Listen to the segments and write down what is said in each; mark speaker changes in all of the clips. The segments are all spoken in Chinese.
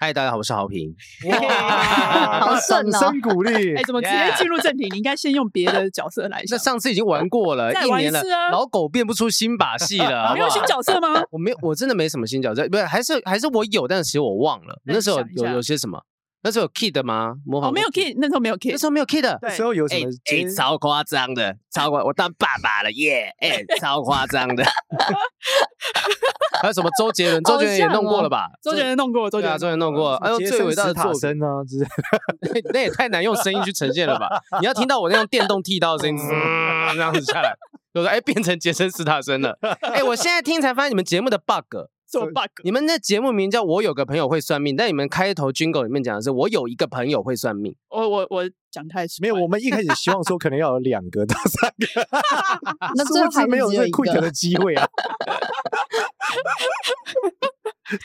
Speaker 1: 嗨，大家好，我是豪平。
Speaker 2: 好顺哦
Speaker 3: 掌声鼓 励
Speaker 4: 哎、。怎么直接
Speaker 1: Yeah
Speaker 4: 进入正题？你应该先用别的角色来
Speaker 1: 那
Speaker 4: 想。
Speaker 1: 上次已经玩过了，
Speaker 4: 哦再
Speaker 1: 一
Speaker 4: 玩一
Speaker 1: 年了
Speaker 4: 次啊，
Speaker 1: 老狗变不出新把戏了，好
Speaker 4: 没
Speaker 1: 不
Speaker 4: 有
Speaker 1: 好？
Speaker 4: 新角色吗？
Speaker 1: 我没有，我真的没什么新角色，不是，还是还是我有，但是其实我忘了。
Speaker 4: 那
Speaker 1: 那时候
Speaker 4: 你想一下
Speaker 1: 有有些什么？那时候有 kid 吗？模仿
Speaker 4: 哦，没有
Speaker 1: 过
Speaker 4: kid，那时候没有
Speaker 1: 那
Speaker 4: kid
Speaker 1: 时。候没有 kid。
Speaker 4: 对
Speaker 3: 那时候有什
Speaker 1: 哎
Speaker 3: 么
Speaker 1: 哎
Speaker 3: 今？，
Speaker 1: 超夸张的，超夸，我当爸爸了耶！哎，超夸张的。 还有什么 周杰伦？周杰伦也弄过了吧？
Speaker 4: 哦周杰伦弄过，周杰
Speaker 1: 对
Speaker 4: 伦
Speaker 1: 啊，周杰伦弄过。哎呦，最伟大的
Speaker 3: 塔
Speaker 1: 作品，
Speaker 3: 声啊，就是
Speaker 1: 那也太难用声音去呈现了吧？你要听到我那样电动剃刀的声音，嗯这样子下来，就说哎，变成杰森斯塔森了。哎，我现在听才发现你们节目的 bug，
Speaker 4: 做 bug。
Speaker 1: 你们那节目名叫我有个朋友会算命，但你们开头 jingle 里面讲的是我有一个朋友会算命，
Speaker 4: 我我我讲太快
Speaker 3: 没有。我们一开始希望说可能要有两个到三个，
Speaker 2: 那
Speaker 3: 殊
Speaker 2: 最后
Speaker 3: 不知
Speaker 2: 还
Speaker 3: 没
Speaker 2: 是
Speaker 3: 有
Speaker 2: 只
Speaker 3: 这
Speaker 2: 有
Speaker 3: 个
Speaker 2: 一
Speaker 3: quick
Speaker 2: 个
Speaker 3: 的。机会啊，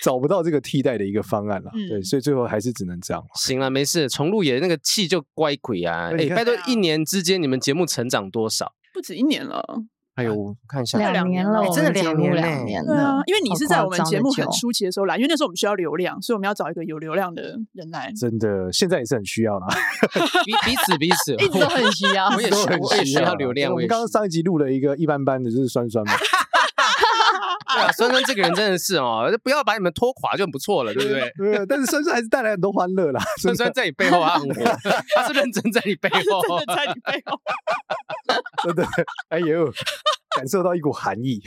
Speaker 3: 找不到这个替代的一个方案了。啊对，
Speaker 4: 嗯
Speaker 3: 所以最后还是只能这样。
Speaker 1: 行了，没事，重录也那个气就乖鬼啊！
Speaker 3: 对你
Speaker 1: 哎，
Speaker 3: 看
Speaker 1: 拜托
Speaker 4: 对啊，
Speaker 1: 一年之间你们节目成长多少？
Speaker 4: 不止一年了。
Speaker 1: 哎呦，我看一下，
Speaker 2: 两年了，
Speaker 4: 哎
Speaker 2: 我
Speaker 1: 真的
Speaker 2: 们节
Speaker 1: 两
Speaker 2: 目
Speaker 1: 年
Speaker 2: 两
Speaker 1: 嘞
Speaker 2: 年
Speaker 4: 对啊
Speaker 2: 了，，
Speaker 4: 因为你是在我们节目
Speaker 2: 好夸张
Speaker 4: 很
Speaker 2: 的久
Speaker 4: 初期的时候来，因为那时候我们需要流量，所以我们要找一个有流量的人来。
Speaker 3: 真的，现在也是很需要啦，
Speaker 1: 彼彼此彼此，
Speaker 2: 一直都很需要。
Speaker 1: 我也
Speaker 3: 都
Speaker 1: 需
Speaker 3: 很
Speaker 1: 我也需要
Speaker 3: 啦
Speaker 1: 流量，
Speaker 3: 我
Speaker 1: 我
Speaker 3: 们
Speaker 1: 也
Speaker 3: 刚刚
Speaker 1: 需
Speaker 3: 上一集录了一个一般般的，就是酸 酸嘛，
Speaker 1: 对啊，酸酸这个人真的是哦，不要把你们拖垮就很不错了，对不对？
Speaker 3: 对，但是酸酸还是带来很多欢乐 啦。
Speaker 1: 酸酸在你背后暗火，他是认真在你背后。
Speaker 4: 真的在你哦背后，
Speaker 3: 真的，哎呦，感受到一股寒意。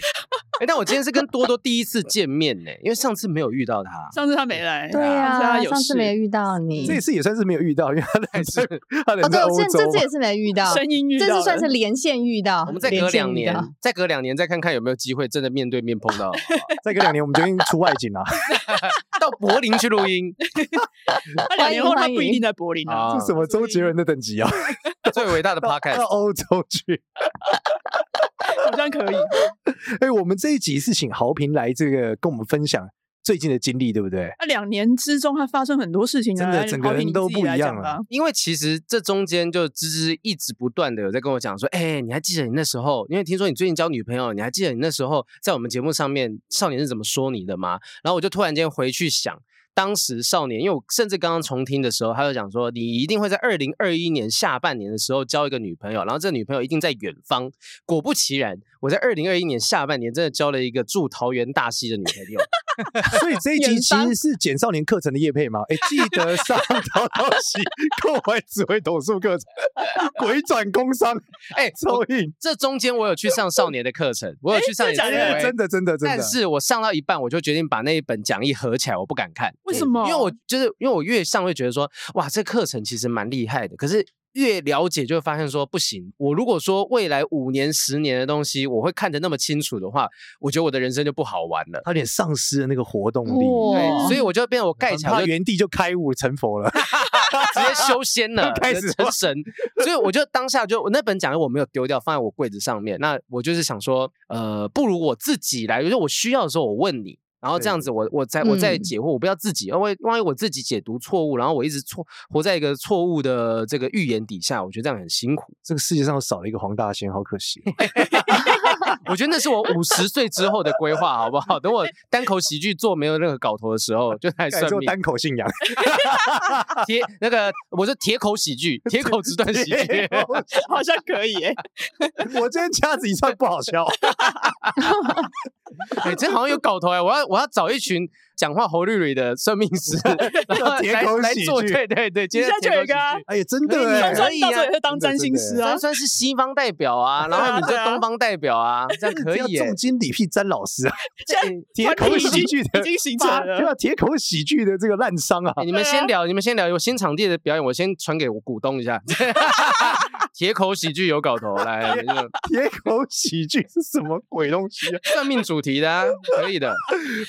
Speaker 1: 哎、但我今天是跟多多第一次见面呢，因为上次没有遇到他。
Speaker 4: 上次他没来，
Speaker 2: 对
Speaker 4: 上次他
Speaker 2: 呀，
Speaker 4: 啊有
Speaker 2: 上次
Speaker 4: 事
Speaker 2: 没遇到你
Speaker 3: 这。一次也算是没有遇到，因为他 在是他人
Speaker 2: 哦，对，
Speaker 3: 在
Speaker 2: 我
Speaker 3: 欧
Speaker 2: 这
Speaker 3: 洲啊
Speaker 2: 这次
Speaker 3: 嘛，
Speaker 2: 也是没遇到，
Speaker 4: 声音遇到
Speaker 2: 这
Speaker 4: 了，
Speaker 2: 次算是连线遇到。
Speaker 1: 我们再隔
Speaker 2: 连线
Speaker 1: 两
Speaker 2: 遇
Speaker 1: 年
Speaker 2: 到，
Speaker 1: 再隔两年再看看有没有机会真的面对面碰到，好不好
Speaker 3: 再隔两年我们决定出外景啦。
Speaker 1: 到柏林去录音，
Speaker 4: 他两年后他
Speaker 2: 欢迎
Speaker 4: 不一定在柏林啊。
Speaker 1: 啊
Speaker 3: 这什么周杰伦的等级啊？
Speaker 1: 最伟大的
Speaker 3: 到到
Speaker 1: podcast。
Speaker 3: 欧洲去。
Speaker 4: 好像可以。
Speaker 3: 哎，我们这一集是请豪平来这个跟我们分享最近的经历，对不对？
Speaker 4: 那两年之中，他发生很多事情啊，
Speaker 3: 真的整个
Speaker 4: 好比
Speaker 3: 人
Speaker 4: 你
Speaker 3: 都
Speaker 4: 自己
Speaker 3: 不
Speaker 4: 来
Speaker 3: 一
Speaker 4: 讲
Speaker 3: 样
Speaker 4: 吧
Speaker 3: 了。
Speaker 1: 因为其实这中间就芝芝一直不断的有在跟我讲说，哎、你还记得你那时候？因为听说你最近交女朋友，你还记得你那时候在我们节目上面少年是怎么说你的吗？然后我就突然间回去想，当时少年，因为我甚至刚刚重听的时候，他就讲说，你一定会在二零二一年下半年的时候交一个女朋友，然后这女朋友一定在远方。果不其然，我在二零二一年下半年真的交了一个住桃园大溪的女朋友。
Speaker 3: 所以这一集
Speaker 2: 远
Speaker 3: 其
Speaker 2: 方
Speaker 3: 实是简少年课程的业配嘛？哎，记得 上淘淘 喜购买紫薇斗数课程，鬼转工商
Speaker 1: 哎、
Speaker 3: 超
Speaker 1: 我
Speaker 3: 硬，
Speaker 1: 这中间我有去上少年的课程，我有去上你
Speaker 4: 真的假的
Speaker 1: 的
Speaker 3: 哎真的真的真
Speaker 1: 但
Speaker 3: 的。
Speaker 1: 是我上到一半，我就决定把那一本讲义合起来，我不敢看。
Speaker 4: 为
Speaker 1: 对
Speaker 4: 什么
Speaker 1: 因为我就是因为我越上会觉得说，哇，这课程其实蛮厉害的，可是。越了解就会发现说不行，我如果说未来五年、十年的东西，我会看得那么清楚的话，我觉得我的人生就不好玩了。
Speaker 3: 他有点丧失了那个活动力，
Speaker 2: 哇，
Speaker 1: 所以我就变成我盖
Speaker 3: 很
Speaker 1: 起来，我
Speaker 3: 怕
Speaker 1: 就
Speaker 3: 原地就开悟成佛了。
Speaker 1: 直接修仙了，
Speaker 3: 开始
Speaker 1: 成神。所以我就当下就我那本讲义我没有丢掉，放在我柜子上面。那我就是想说，呃，不如我自己来，就是我需要的时候我问你。然后这样子我，我再我再
Speaker 2: 嗯
Speaker 1: 解惑，我不要自己，因为万一我自己解读错误，然后我一直错活在一个错误的这个预言底下，我觉得这样很 辛苦。
Speaker 3: 这个世界上少了一个黄大仙，好可惜。
Speaker 1: 我觉得那是我五十岁之后的规划，好不好？ 等我单口喜剧做没有任何搞头的时候，就
Speaker 3: 改
Speaker 1: 来算
Speaker 3: 做
Speaker 1: 命。
Speaker 3: 单口信仰，
Speaker 1: 铁那个我是铁口 喜剧，铁口直断喜剧。
Speaker 4: 好像可以欸耶，
Speaker 3: 我今天掐指一算不好笑，
Speaker 1: 哎、真好像有搞头哎、我要我要找一群讲话侯绿绿的算命师，然后
Speaker 3: 铁
Speaker 1: 来
Speaker 3: 口
Speaker 1: 来
Speaker 3: 喜
Speaker 1: 做，
Speaker 3: 剧
Speaker 1: 对对对，今
Speaker 4: 你
Speaker 1: 天
Speaker 4: 现在就有一个啊
Speaker 3: 哎呀，真
Speaker 1: 可以
Speaker 3: 的
Speaker 1: 你
Speaker 3: 哎
Speaker 4: 酸
Speaker 1: 可
Speaker 4: 酸
Speaker 1: 以
Speaker 4: 到时候
Speaker 1: 啊
Speaker 4: 也会当占星师啊
Speaker 1: 算。算是西方代表啊，然后你
Speaker 4: 对啊
Speaker 1: 是东方代表啊，这样
Speaker 3: 你
Speaker 1: 可
Speaker 3: 要
Speaker 1: 以耶、
Speaker 3: 重金礼聘詹老师啊，
Speaker 4: 现在
Speaker 3: 铁
Speaker 4: 团
Speaker 3: 口
Speaker 4: 体已
Speaker 3: 喜
Speaker 4: 经
Speaker 3: 剧
Speaker 4: 已
Speaker 3: 的
Speaker 4: 经形成
Speaker 3: 发，对
Speaker 4: 了，
Speaker 3: 啊，铁口喜剧的这个烂伤啊
Speaker 1: 哎，你们
Speaker 4: 对啊
Speaker 1: 先聊，你们先聊，我新场地的表演，我先传给我股东一下。 铁口喜剧有搞头，来你们就
Speaker 3: 铁口喜剧是什么鬼东西啊？
Speaker 1: 算命主题的、啊，可以的。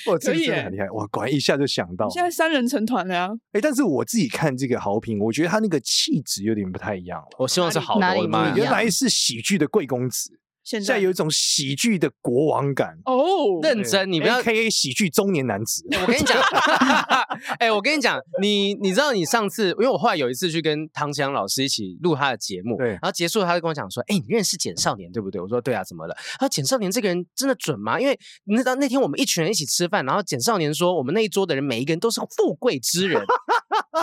Speaker 3: 哇，
Speaker 4: 可
Speaker 3: 这个
Speaker 4: 以
Speaker 3: 真的
Speaker 4: 耶
Speaker 3: 很厉害，哇，果然一下就想到。
Speaker 4: 现在三人成团了啊呀。
Speaker 3: 哎，但是我自己看这个好评，我觉得他那个气质有点不太一样了。
Speaker 1: 我希望是好
Speaker 2: 哪
Speaker 1: 的，
Speaker 2: 里
Speaker 1: 我的
Speaker 2: 不
Speaker 1: 妈
Speaker 2: 一
Speaker 1: 呀！
Speaker 3: 原
Speaker 2: 样
Speaker 3: 来是喜剧的贵公子，
Speaker 4: 现
Speaker 3: 现在
Speaker 4: 在
Speaker 3: 有一种喜剧的国王感。
Speaker 4: 哦，
Speaker 1: 认真，你不要
Speaker 3: A K A 喜剧中年男子，
Speaker 1: 我跟你讲， 哎、我跟你讲，你你知道你上次，因为我后来有一次去跟唐强老师一起录他的节目，
Speaker 3: 对
Speaker 1: 然后结束他就跟我讲说，哎、你认识简少年对不对？我说对啊，怎么了？他说简少年这个人真的准吗？因为你知道那天我们一群人一起吃饭，然后简少年说我们那一桌的人每一个人都是富贵 之人，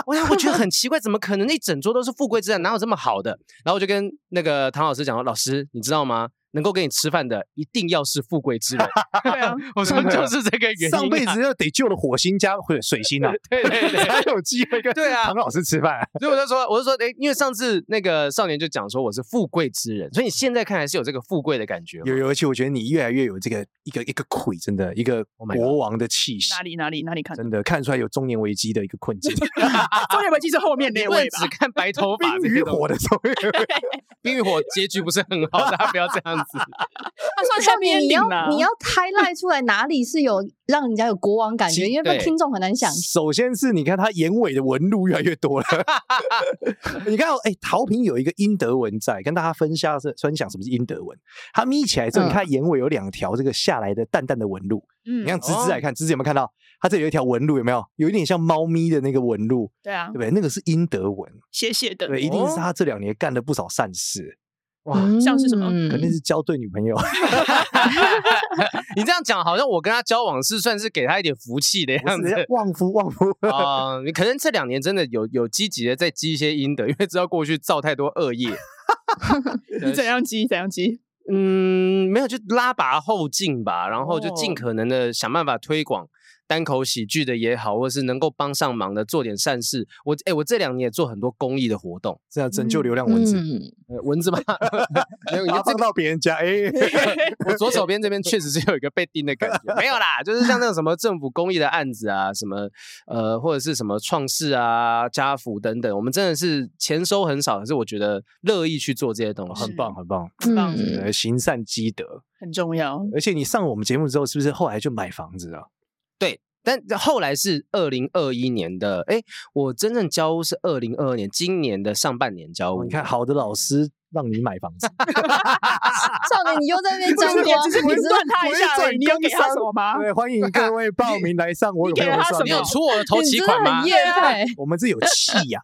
Speaker 1: 我想我觉得很奇怪，怎么可能那一整桌都是富贵之人？哪有这么好的？然后我就跟那个唐老师讲说，老师你知道吗？能够跟你吃饭的，一定要是富贵 之人。
Speaker 4: 对啊，
Speaker 1: 我说
Speaker 3: 真的
Speaker 1: 就是这个原因啊、
Speaker 3: 上辈子要得救了火星加水水星啊，
Speaker 1: 对对对，
Speaker 3: 才有机会跟
Speaker 1: 对啊
Speaker 3: 唐老师吃饭。
Speaker 1: 所以我就说，我就说，哎、因为上次那个少年就讲说我是富贵之人，所以你现在看来是有这个富贵的感觉吗。
Speaker 3: 有有，而且我觉得你越来越有这个一个一个魁，真的一个
Speaker 1: Oh my god
Speaker 3: 国王的气息，
Speaker 4: 哪里哪里哪里看？
Speaker 3: 真的看出来有中年危机的一个困 境。
Speaker 4: 中年危机是后面
Speaker 1: 你
Speaker 4: 那
Speaker 1: 不能
Speaker 4: 位吧
Speaker 1: 只？看白头发
Speaker 3: 冰
Speaker 1: 这
Speaker 3: 与
Speaker 1: 些东西，
Speaker 3: 火的中年危机
Speaker 1: 冰与火结局不是很好，大家不要这样 子。
Speaker 4: 他算
Speaker 2: 少
Speaker 4: 下面
Speaker 2: 年，
Speaker 4: 啊
Speaker 2: 你
Speaker 4: 顶
Speaker 2: 要
Speaker 4: 了，
Speaker 2: 你要 highlight 出来哪里是有让人家有国王感觉，
Speaker 1: 其
Speaker 2: 因为不然
Speaker 1: 对
Speaker 2: 听众很难想象。
Speaker 3: 首先是你看他眼尾的纹路越来越 多了，你看哦，哎，陶平有一个英德文在，跟大家分享是分享什么是英德文。他眯起来
Speaker 1: 嗯
Speaker 3: 之后，你看眼尾有两条这个下来的淡淡的纹路。
Speaker 4: 嗯
Speaker 3: 你看芝芝
Speaker 1: 哦
Speaker 3: 来看，芝芝有没有看到？它这里有一条纹路，有没有？有一点像猫咪的那个纹路，
Speaker 4: 对啊
Speaker 3: 对不，对？那个是英德文，
Speaker 4: 写写的，
Speaker 3: 对，一定是
Speaker 1: 哦
Speaker 3: 他这两年干了不少善事，
Speaker 4: 像是什么
Speaker 3: 肯
Speaker 1: 嗯
Speaker 3: 定是交对女朋友。
Speaker 1: 你这样讲，好像我跟他交往是算是给他一点福气的样
Speaker 3: 不是
Speaker 1: 子。
Speaker 3: 旺夫旺夫，
Speaker 1: 啊、你可能这两年真的有有积极的在积一些阴德，因为知道过去造太多 恶业。
Speaker 4: 你
Speaker 2: 嗯
Speaker 4: 怎样积怎样积，
Speaker 1: 嗯，没有，就拉拔后进吧，然后就尽
Speaker 4: 哦
Speaker 1: 可能的想办法推广单口喜剧的也好，或是能够帮上忙的做点善事。我哎、我这两年也做很多公益的活动，
Speaker 3: 这样拯救流量文字，
Speaker 2: 嗯，
Speaker 1: 呃、蚊子吗？没有，你
Speaker 3: 然后
Speaker 1: 嗯这
Speaker 3: 放到别人家，哎，
Speaker 1: 我左手边这边确实是有一个被叮的感觉，没有啦，就是像那种什么政府公益的案子啊，什么呃，或者是什么创世啊、家福等等，我们真的是钱收很少，可是我觉得乐意去做这些东西，
Speaker 3: 哦很棒很棒，
Speaker 4: 很棒
Speaker 2: 嗯
Speaker 3: 呃，行善积德。
Speaker 4: 很重要。
Speaker 3: 而且你上我们节目之后，是不是后来就买房子啊？
Speaker 1: 但后来是二零二一年的，哎，我真正交屋是二零二二年，今年的上半年交屋。
Speaker 3: 哦你看，好的老师让你买 房子，
Speaker 2: 少年，你又在 那边沾光，
Speaker 4: 只是你
Speaker 2: 你知道
Speaker 4: 问他一下而已，你有给他什么吗？
Speaker 3: 对，欢迎各位报名来上我有
Speaker 4: 你
Speaker 3: 朋
Speaker 4: 给
Speaker 3: 友
Speaker 4: 了他
Speaker 3: 算
Speaker 4: 什
Speaker 1: 你
Speaker 4: 么
Speaker 1: 有
Speaker 3: 命
Speaker 1: 出我的头
Speaker 2: 你
Speaker 1: 期
Speaker 2: 真的
Speaker 1: 款吗
Speaker 2: 很？业配，
Speaker 3: 我们这有气 呀、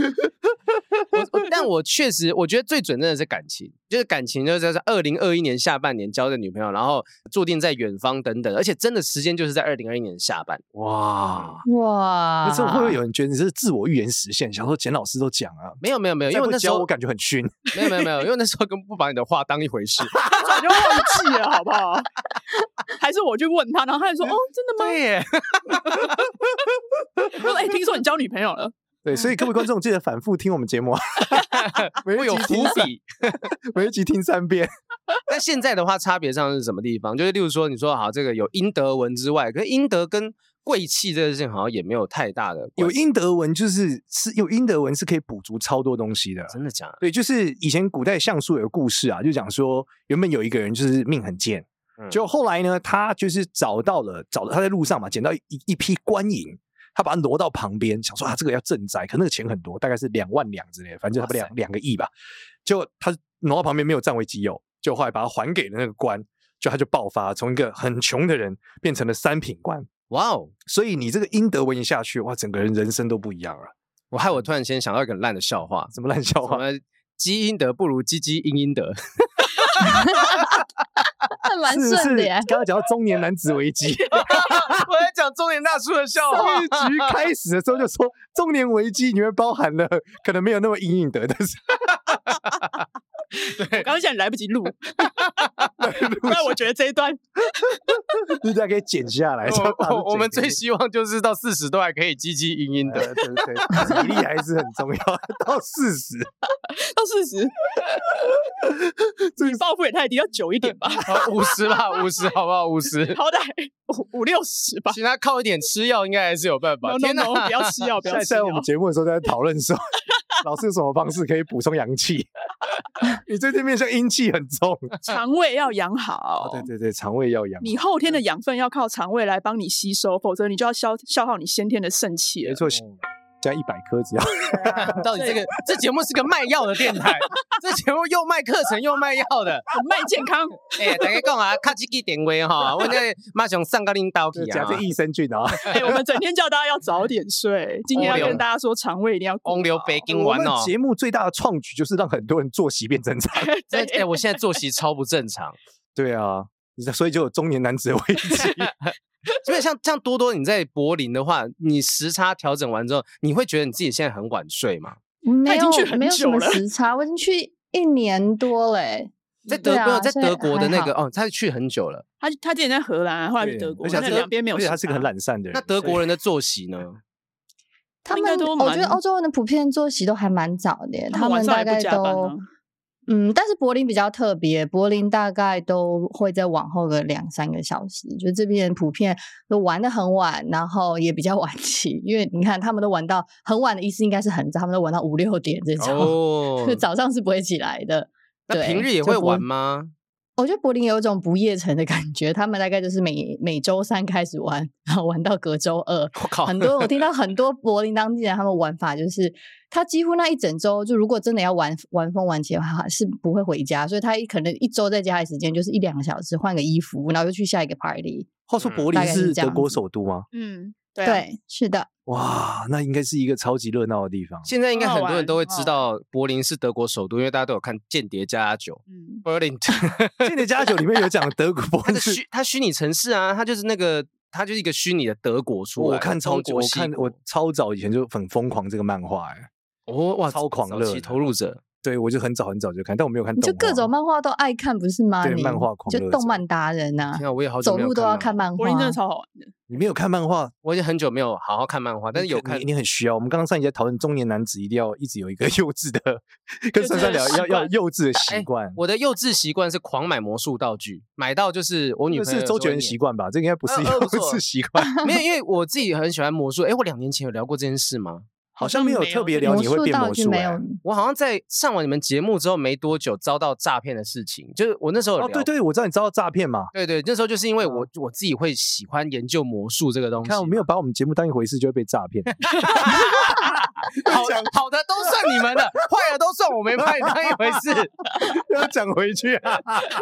Speaker 1: 我我但我确实，我觉得最准真的是感情，就是感情就是在二零二一年下半年交的女朋友，然后注定在远方等等，而且真的时间就是在二零二一年的下半。啊
Speaker 3: 哇！
Speaker 2: 哇
Speaker 3: 那这会不会有人觉得你是自我预言实现？想说简老师都讲啊，
Speaker 1: 没有没有没有，
Speaker 3: 再
Speaker 1: 因为
Speaker 3: 不
Speaker 1: 那时
Speaker 3: 教
Speaker 1: 候
Speaker 3: 我感觉很逊。
Speaker 1: 没有没有没有，因为那时候根本不把你的话当一 回事。
Speaker 4: 早就忘记了，好不好？ 还是我去问他，然后他就说：“哦，真的吗
Speaker 1: 对耶，
Speaker 4: 我 说？”哎，听说你交女朋友了，
Speaker 3: 对，所以各位观众记得反复听我们节 目啊，每
Speaker 1: 会有
Speaker 3: 一集
Speaker 1: 伏
Speaker 3: 听三，
Speaker 1: 笔。
Speaker 3: 每一集听三遍。
Speaker 1: 那现在的话，差别上是什么地方？就是例如说，你说好这个有英德文之外，可是英德跟贵气这件事情好像也没有太大的
Speaker 3: 有
Speaker 1: 关系。
Speaker 3: 英德文就是是有英德文是可以补足超多东西的。
Speaker 1: 真的假的？
Speaker 3: 对，就是以前古代相术有个故事啊，就讲说原本有一个人就是命很贱，
Speaker 1: 嗯
Speaker 3: 就后来呢，他就是找到了，找到他在路上嘛，捡到一一批官银，他把它挪到旁边，想说啊，这个要赈灾，可那个钱很多，大概是两万两之类的，反正差不多
Speaker 1: 哇
Speaker 3: 两两个亿吧。结果他挪到旁边没有占为己有，就后来把它还给了那个官，就他就爆发，从一个很穷的人变成了三品官。
Speaker 1: 哇哦！
Speaker 3: 所以你这个英德文一下去，哇，整个人人生都不一样了。
Speaker 1: 我害我突然间想到一个很烂的笑话，
Speaker 3: 什么烂笑
Speaker 1: 什
Speaker 3: 话？
Speaker 1: 么积阴德不如积积阴阴 德。
Speaker 2: 还蛮
Speaker 3: 是不
Speaker 2: 顺
Speaker 3: 是
Speaker 2: 的耶。
Speaker 3: 刚刚讲到中年男子危机，
Speaker 1: 我在讲中年大叔 的笑话。
Speaker 3: 上一局开始的时候就说中年危机里面包含了可能没有那么隐隐的，但是
Speaker 4: 我刚刚现在来不及 录，不然我觉得这一段
Speaker 3: 大家可以剪下来。这样把它
Speaker 1: 哦我我们
Speaker 3: 剪
Speaker 1: 最
Speaker 3: 给
Speaker 1: 希望就是到四十都还可以积积阴阴
Speaker 3: 你
Speaker 1: 德。
Speaker 3: 呃对对 对，体力还是很重要。到四十，
Speaker 4: 到四十，你抱负也太低，要久一点
Speaker 1: 哎
Speaker 4: 吧，
Speaker 1: 五十吧，五十好不好？五 十，
Speaker 4: 好歹五五六十吧。
Speaker 1: 其他靠一点吃药应该还是有办法。
Speaker 4: no
Speaker 1: 天
Speaker 4: no
Speaker 1: 哪
Speaker 4: no，不要吃
Speaker 1: 哦
Speaker 4: 药，不要
Speaker 3: 下
Speaker 4: 吃
Speaker 3: 在
Speaker 4: 药
Speaker 3: 我。们节目的时候在讨论说，老师有什么方式可以补充阳 气？你最近面向阴气很重，哦
Speaker 4: 肠胃要养好。
Speaker 3: 对嗯对对，肠胃要养。
Speaker 4: 你后天的养分要靠肠胃来帮你吸收，否则你就要消消耗你先天的肾气
Speaker 1: 哦
Speaker 3: 没
Speaker 4: 了。
Speaker 3: 错，加一百颗只要
Speaker 1: 到底这个这节目是个卖药的电台，这节目又卖课程又卖药的。
Speaker 4: 我卖健 康，
Speaker 1: 哎、大家讲啊，卡叽叽点位哈，我这马上上个领导去
Speaker 3: 加
Speaker 1: 啊，
Speaker 3: 这益生 菌啊。
Speaker 4: 哎，我们整天叫大家要早点睡，今天要
Speaker 1: 哦哟
Speaker 4: 跟大家说肠胃一定要顾
Speaker 1: 风流
Speaker 4: 好
Speaker 1: 北京
Speaker 3: 我
Speaker 1: 丸
Speaker 3: 们
Speaker 1: 哦。
Speaker 3: 节目最大的创举就是让很多人作息变正常。
Speaker 1: 哎、哎我现在作息超不正常，
Speaker 3: 对啊，所以就有中年男子的危机。
Speaker 1: 因为像像多多你在柏林的话，你时差调整完之后，你会觉得你自己现在很晚睡吗？
Speaker 2: 没
Speaker 4: 他已经
Speaker 2: 有
Speaker 4: 去很
Speaker 2: 没有什
Speaker 4: 久
Speaker 2: 么
Speaker 4: 了
Speaker 2: 时差，我已经去一年多嘞、
Speaker 1: 在
Speaker 2: 对
Speaker 1: 德国，
Speaker 2: 啊
Speaker 1: 在
Speaker 2: 所以
Speaker 1: 德国的
Speaker 2: 还
Speaker 1: 那
Speaker 2: 好
Speaker 1: 个哦，他去很久了。
Speaker 4: 他他之前在荷兰，后来去
Speaker 3: 对
Speaker 4: 德国，
Speaker 3: 而且他
Speaker 4: 那
Speaker 3: 是个
Speaker 4: 两边没有
Speaker 3: 而
Speaker 4: 时
Speaker 3: 且
Speaker 4: 差。
Speaker 3: 他是个很懒散的人。
Speaker 1: 那德
Speaker 3: 所以
Speaker 1: 国人的作息 呢？
Speaker 2: 他
Speaker 4: 应该
Speaker 2: 们
Speaker 4: 都
Speaker 2: 我觉得
Speaker 4: 蛮
Speaker 2: 欧洲人的普遍作息都还蛮早的耶，
Speaker 4: 他
Speaker 2: 他
Speaker 4: 们晚
Speaker 2: 们
Speaker 4: 上
Speaker 2: 大
Speaker 4: 也不
Speaker 2: 概
Speaker 4: 加班
Speaker 2: 都
Speaker 4: 啊。
Speaker 2: 嗯，但是柏林比较特别，柏林大概都会再往后个两三个小时，就这边人普遍都玩的很晚，然后也比较晚起，因为你看他们都玩到很晚的意思应该是很早，他们都玩到五六点这种，
Speaker 1: 哦
Speaker 2: 早上是不会起来的。
Speaker 1: 那
Speaker 2: 对
Speaker 1: 平日也
Speaker 2: 就
Speaker 1: 会
Speaker 2: 不
Speaker 1: 玩吗？
Speaker 2: 我觉得柏林有一种不夜城的感觉，他们大概就是每每周三开始玩，然后玩到隔周二。
Speaker 1: 我靠，
Speaker 2: 很多我听到很多柏林当地人他们玩法就是，他几乎那一整周，就如果真的要玩玩疯玩起的话，是不会回家，所以他一可能一周在家的时间就是一两个小时，换个衣服，然后就去下一个 party。
Speaker 3: 话说柏
Speaker 2: 大
Speaker 3: 林
Speaker 2: 概是
Speaker 3: 是
Speaker 2: 这
Speaker 3: 德
Speaker 2: 样
Speaker 3: 国
Speaker 2: 子
Speaker 3: 首都吗？
Speaker 4: 嗯，对
Speaker 2: 对,、
Speaker 4: 啊
Speaker 2: 是的，
Speaker 3: 哇，那应该是一个超级热闹的地方。
Speaker 1: 现在应该
Speaker 4: 很好
Speaker 1: 很多人
Speaker 4: 玩
Speaker 1: 都会
Speaker 4: 很
Speaker 3: 嗯
Speaker 1: 知
Speaker 4: 好
Speaker 1: 道柏林是德国首都，因为大家都有看《间谍加加九
Speaker 4: 嗯》
Speaker 1: （Berlin），
Speaker 3: 《间谍加九》里面有讲德国柏
Speaker 1: 它
Speaker 3: 林
Speaker 1: 的
Speaker 3: 是
Speaker 1: 虚，它虚拟城市啊，它就是那个，它就是一个虚拟的德国出来。
Speaker 3: 我看超
Speaker 1: 中
Speaker 3: 级，
Speaker 1: 国
Speaker 3: 我
Speaker 1: 西
Speaker 3: 看我
Speaker 1: 国
Speaker 3: 超早以前就很疯狂这个漫画，哎，
Speaker 1: 哦哇，
Speaker 3: 超狂
Speaker 1: 早
Speaker 3: 热
Speaker 1: 期
Speaker 3: 的
Speaker 1: 投入者。
Speaker 3: 对我就很早很早就看，但我没有看
Speaker 2: 你
Speaker 3: 动画。
Speaker 2: 就各种漫画都爱看，不是吗？
Speaker 3: 啊对
Speaker 2: 你
Speaker 3: 漫画狂热
Speaker 2: 就
Speaker 3: 者
Speaker 2: 动漫达人呐、
Speaker 1: 天啊，我也好久
Speaker 2: 走
Speaker 1: 没有
Speaker 2: 路都要看
Speaker 1: 漫画，
Speaker 2: 漫
Speaker 4: 柏林真
Speaker 2: 画
Speaker 4: 的。超好玩的。
Speaker 3: 你没有看漫画，
Speaker 1: 我已经很久没有好好看漫画，但是
Speaker 3: 你
Speaker 1: 有
Speaker 3: 可
Speaker 1: 看
Speaker 3: 你，你很需要。我们刚刚上一节讨论中年男子一定要一直有一个 幼稚的，跟
Speaker 4: 幼
Speaker 3: 珊
Speaker 4: 稚的
Speaker 3: 珊聊
Speaker 4: 习
Speaker 3: 要要
Speaker 4: 惯
Speaker 3: 幼稚的习
Speaker 1: 哎
Speaker 3: 惯，
Speaker 1: 我的幼稚习惯是狂买魔术道具，买到就是我女
Speaker 3: 这
Speaker 1: 朋友
Speaker 3: 是周杰伦习
Speaker 1: 习
Speaker 3: 惯吧？这应该不是
Speaker 1: 呃
Speaker 3: 幼
Speaker 1: 呃不错
Speaker 3: 稚习惯，
Speaker 1: 惯，没 有，因为我自己很喜欢魔术。哎，我两年前有聊过这件事吗？
Speaker 3: 好像没有特别聊
Speaker 2: 魔
Speaker 3: 你会
Speaker 2: 术
Speaker 3: 变
Speaker 2: 道
Speaker 3: 魔
Speaker 2: 具
Speaker 3: 术
Speaker 2: 没
Speaker 3: 哎
Speaker 2: 有，
Speaker 1: 我好像在上完你们节目之后没多久遭到诈骗的事情，就是我那时候有
Speaker 3: 哦，
Speaker 1: 聊
Speaker 3: 对对，我知道你遭到诈骗嘛。
Speaker 1: 对对，那时候就是因为我我自己会喜欢研究魔术这个东
Speaker 3: 嗯
Speaker 1: 西，啊
Speaker 3: 看，我没有把我们节目当一回事，就会被诈 骗。
Speaker 1: 好好的都算你们的，坏的都算我没把你当一回 事。
Speaker 3: 要讲回去啊！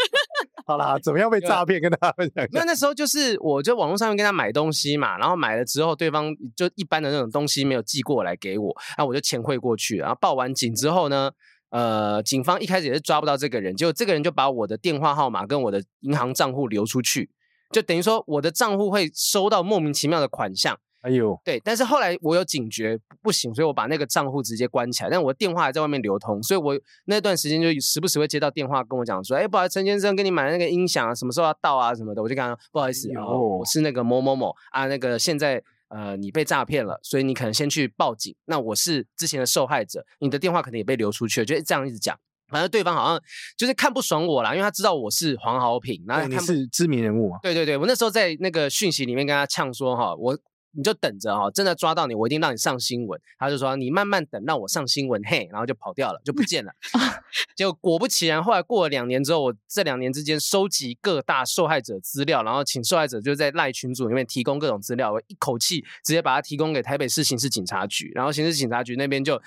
Speaker 3: 好 啦，怎么样被诈骗？跟大家分享一
Speaker 1: 那
Speaker 3: 下。
Speaker 1: 那时候就是我就网络上面跟他买东西嘛，然后买了之后，对方就一般的那种东西没有寄过来给我，那我就钱汇过去，然后报完警之后呢。呃，警方一开始也是抓不到这个人，结果这个人就把我的电话号码跟我的银行账户流出去，就等于说我的账户会收到莫名其妙的款项，
Speaker 3: 哎呦，
Speaker 1: 对，但是后来我有警觉不行，所以我把那个账户直接关起来，但我电话还在外面流通，所以我那段时间就时不时会接到电话跟我讲说，哎，不好意思，陈先生跟你买的那个音响啊，什么时候要到啊什么的，我就跟他说不好意思，
Speaker 3: 哎
Speaker 1: 哦，我
Speaker 3: 呦
Speaker 1: 是那个某某某啊，那个现在。呃，你被诈骗了，所以你可能先去报警。那我是之前的受害者，你的电话可能也被流出去了，就这样一直讲。反正对方好像就是看不爽我啦，因为他知道我是黄豪平，然
Speaker 3: 那哎
Speaker 1: 后哎他
Speaker 3: 你
Speaker 1: 看不
Speaker 3: 是知名人物啊！
Speaker 1: 对对对，我那时候在那个讯息里面跟他呛说哈，我你就等着哈，真的抓到你，我一定让你上新闻。他就说你慢慢等，让我上新闻，嘿，然后就跑掉了，就不见了。结果果不其然，后来过了两年之后，我这两年之间收集各大受害者资料，然后请受害者就在赖群组里面提供各种资料，我一口气直接把它提供给台北市刑事警察局，然后刑事警察局那边就。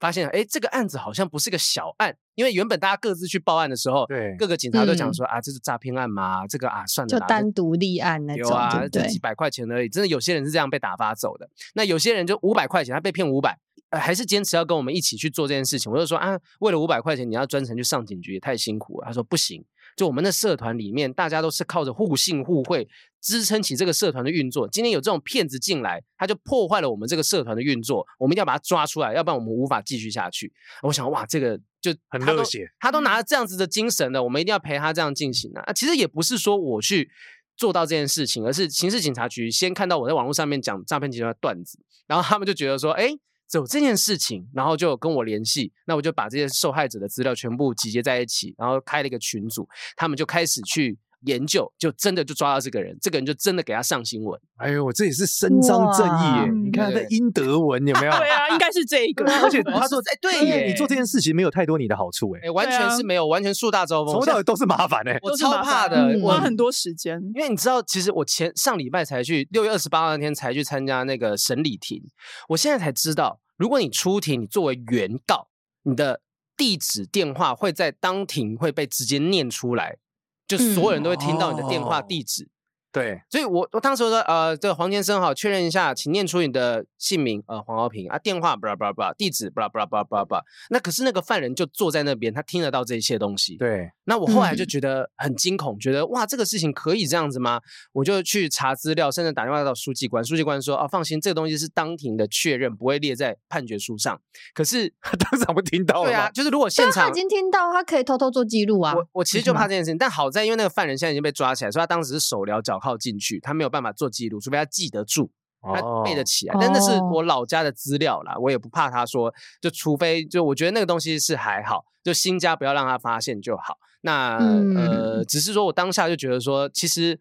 Speaker 1: 发现哎，这个案子好像不是个小案，因为原本大家各自去报案的时候，
Speaker 3: 对
Speaker 1: 各个警察都讲
Speaker 2: 嗯
Speaker 1: 说、啊，这是诈骗案嘛，这个啊算了
Speaker 2: 就
Speaker 1: 啦，这
Speaker 2: 单独立案那
Speaker 1: 有
Speaker 2: 种，
Speaker 1: 啊，
Speaker 2: 对不
Speaker 1: 就
Speaker 2: 对？
Speaker 1: 几百块钱而已。真的有些人是这样被打发走的，那有些人就五百块钱，他被骗五百、呃，还是坚持要跟我们一起去做这件事情。我就说啊，为了五百块钱，你要专程去上警局也太辛苦了。他说不行，就我们的社团里面，大家都是靠着互信互惠支撑起这个社团的运作。今天有这种骗子进来，他就破坏了我们这个社团的运作，我们一定要把他抓出来，要不然我们无法继续下去。我想哇，这个就
Speaker 3: 很
Speaker 1: 他
Speaker 3: 热
Speaker 1: 都
Speaker 3: 血，
Speaker 1: 他都拿着这样子的精神了，我们一定要陪他这样进行啊！啊其实也不是说我去做到这件事情，而是刑事警察局先看到我在网络上面讲诈骗集团的段子，然后他们就觉得说，哎。有这件事情，然后就跟我联系，那我就把这些受害者的资料全部集结在一起，然后开了一个群组，他们就开始去研究，就真的就抓到这个人，这个人就真的给他上新闻。
Speaker 3: 哎呦，这也是伸张正义耶！
Speaker 2: 哇
Speaker 3: 你看
Speaker 1: 嗯对
Speaker 3: 那英德文有没有？
Speaker 4: 对啊，应该是这一个
Speaker 3: 对。啊，而且他说，
Speaker 1: 哎，对耶
Speaker 3: 对，你做这件事情没有太多你的好处哎
Speaker 1: 哎，，完全是没有，完全树大招风。
Speaker 3: 从头到尾都是麻烦哎。
Speaker 1: 我
Speaker 4: 都是
Speaker 1: 超
Speaker 4: 麻
Speaker 1: 怕
Speaker 4: 烦
Speaker 1: 的，
Speaker 2: 嗯
Speaker 1: 我
Speaker 4: 花很多时 间。
Speaker 1: 因为你知道，其实我前上礼拜才去六月二十八号那天才去参加那个审理庭，我现在才知道，如果你出庭，你作为原告，你的地址、电话会在当庭会被直接念出来，就所有人都会听到你的电话、
Speaker 3: 哦
Speaker 1: 地址。
Speaker 3: 对，
Speaker 1: 所以我我当时说，呃，这个黄先生好，确认一下，请念出你的姓名，呃，黄浩平啊，电话，巴拉巴拉巴拉，地址，巴拉巴拉巴拉巴拉巴拉。那可是那个犯人就坐在那边，他听得到这些东西。
Speaker 3: 对，
Speaker 1: 那我后来就觉得很惊恐，觉得哇，这个事情可以这样子吗？我就去查资料，甚至打电话到书记官，书记官说啊，放心，这个东西是当庭的确认，不会列在判决书上。可是，
Speaker 3: 他当场不听到了
Speaker 1: 对啊，
Speaker 3: 吗？
Speaker 1: 就是如果现
Speaker 2: 但他
Speaker 1: 场
Speaker 2: 已。经听到，他可以偷偷做记录啊。
Speaker 1: 我我其实就怕这件事情，但好在因为那个犯人现在已经被抓起来，所以他当时是手镣脚铐进去，他没有办法做记录，除非他记得住。他背得
Speaker 3: 哦
Speaker 1: 起来，但那是
Speaker 2: 哦
Speaker 1: 我老家的资料啦，我也不怕他说，就除非就我觉得那个东西是还好，就新家不要让他发现就好。那、呃，
Speaker 2: 嗯
Speaker 1: 只是说我当下就觉得说，其实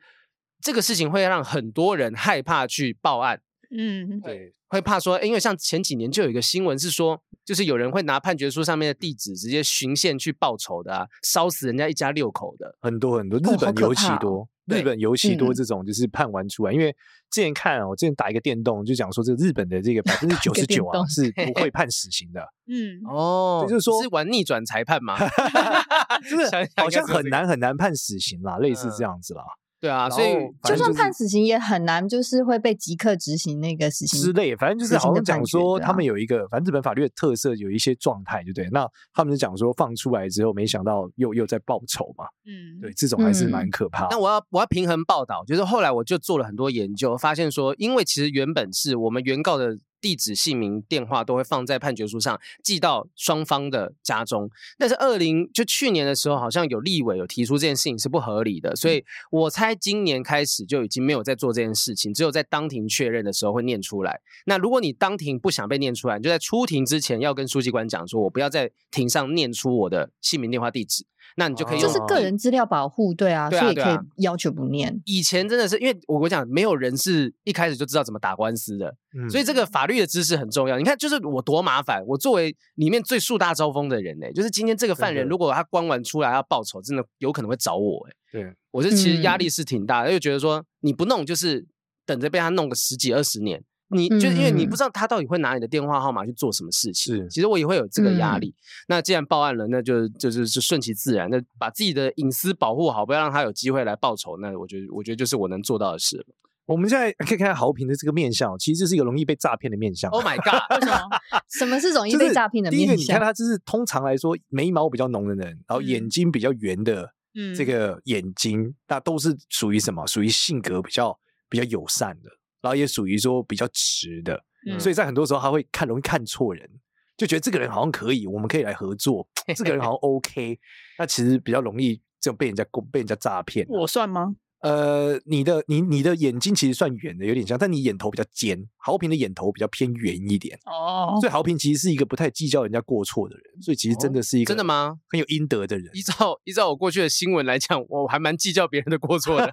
Speaker 1: 这个事情会让很多人害怕去报案，
Speaker 4: 嗯，
Speaker 3: 对，
Speaker 1: 会怕说，诶因为像前几年就有一个新闻是说，就是有人会拿判决书上面的地址直接循线去报仇的、啊，烧死人家一家六口的。
Speaker 3: 很多很多，
Speaker 2: 哦
Speaker 3: 日
Speaker 2: 好
Speaker 3: 本
Speaker 2: 可
Speaker 3: 尤其
Speaker 2: 怕哦
Speaker 3: 多，日
Speaker 1: 对
Speaker 3: 本尤其多
Speaker 2: 嗯
Speaker 3: 这种就是判完出来，因为之前看啊，我之前打一个电动就讲说，这个日本的这个百分 之九十
Speaker 2: 电
Speaker 3: 九啊
Speaker 2: 动
Speaker 3: 是不会判死刑 的，
Speaker 4: 嗯，
Speaker 1: 哦
Speaker 3: 就是说
Speaker 1: 是玩逆转裁判吗？
Speaker 3: 就
Speaker 1: 想一
Speaker 3: 是
Speaker 1: 下
Speaker 3: 好
Speaker 1: 应该
Speaker 3: 像
Speaker 1: 是有
Speaker 3: 很
Speaker 1: 这个
Speaker 3: 难很难判死刑啦，类似
Speaker 1: 嗯
Speaker 3: 这样子啦
Speaker 1: 对啊，
Speaker 3: 然
Speaker 1: 所以
Speaker 3: 后反
Speaker 2: 就
Speaker 3: 正
Speaker 2: 算
Speaker 3: 就是
Speaker 2: 判死刑也很难，就是会被即刻执行那个死刑
Speaker 3: 之类，反正就是
Speaker 2: 执行
Speaker 3: 好
Speaker 2: 的
Speaker 3: 像讲
Speaker 2: 判决
Speaker 3: 说
Speaker 2: 对
Speaker 3: 他们
Speaker 2: 啊
Speaker 3: 有一个，反正日本法律的特色有一些状态，对不对？那他们就讲说放出来之后，没想到又又在报仇嘛，
Speaker 4: 嗯，
Speaker 3: 对，，这种还是蛮
Speaker 2: 嗯
Speaker 3: 可怕的。
Speaker 1: 那我要我要平衡报道，就是后来我就做了很多研究，发现说，因为其实原本是我们原告的地址、姓名、电话都会放在判决书上，寄到双方的家中。但是二零就去年的时候，好像有立委有提出这件事情是不合理的，所以我猜今年开始就已经没有在做这件事情，只有在当庭确认的时候会念出来。那如果你当庭不想被念出来，你就在出庭之前要跟书记官讲说，我不要在庭上念出我的姓名、电话、地址。那你就可以
Speaker 3: 哦
Speaker 1: 用
Speaker 2: 就是个人资料保护，对啊，
Speaker 1: 对啊
Speaker 2: 所以
Speaker 1: 对
Speaker 2: 可以
Speaker 1: 啊
Speaker 2: 要求不念。
Speaker 1: 以前真的是因为我我讲，没有人是一开始就知道怎么打官司的，
Speaker 3: 嗯
Speaker 1: 所以这个法律的知识很重要。你看，就是我多麻烦，我作为里面最树大招风的人呢、就是今天这个犯
Speaker 3: 真
Speaker 1: 人
Speaker 3: 的
Speaker 1: 如果他关完出来要报仇，真的有可能会找我、欸。
Speaker 3: 对，
Speaker 1: 我是其实压
Speaker 2: 嗯
Speaker 1: 力是挺大的，又觉得说你不弄就是等着被他弄个十几二十年。你就因为你
Speaker 2: 嗯
Speaker 1: 不知道他到底会拿你的电话号码去做什么事情，
Speaker 3: 是
Speaker 1: 其实我也会有这个压
Speaker 2: 嗯
Speaker 1: 力。那既然报案了，那就就是就顺其自然，那把自己的隐私保护好，不要让他有机会来报仇。那我觉得，我觉得就是我能做到的事了。
Speaker 3: 我们现在可以看看豪平的这个面相哦，其实这是一个容易被诈骗的面
Speaker 2: 哦
Speaker 3: 相。
Speaker 1: Oh my god！
Speaker 4: 为什么？
Speaker 2: 什么是容易
Speaker 3: 就是
Speaker 2: 被诈骗的
Speaker 3: 第一个，
Speaker 2: 面
Speaker 3: 你看
Speaker 2: 向？
Speaker 3: 他就是通常来说眉毛比较浓的人，然后眼
Speaker 4: 嗯
Speaker 3: 睛比较圆的
Speaker 4: 嗯，
Speaker 3: 这个眼睛，那都是属于什么？属于性格比较比较友善的，然后也属于说比较直的，
Speaker 4: 嗯
Speaker 3: 所以在很多时候他会看容易看错人，就觉得这个人好像可以，我们可以来合作，这个人好 像 OK，那其实比较容易这种被人家攻被人家诈骗啊。
Speaker 4: 我算吗？
Speaker 3: 呃，你的你你的眼睛其实算圆的，有点像，但你眼头比较尖，豪平的眼头比较偏圆一点。
Speaker 4: 哦，
Speaker 3: 所以豪平其实是一个不太计较人家过错的人，所以其实真的是一个、
Speaker 1: 哦真的？吗？
Speaker 3: 很有阴德的人
Speaker 1: 依。照依照我过去的新闻来讲，我还蛮计较别人的过错 的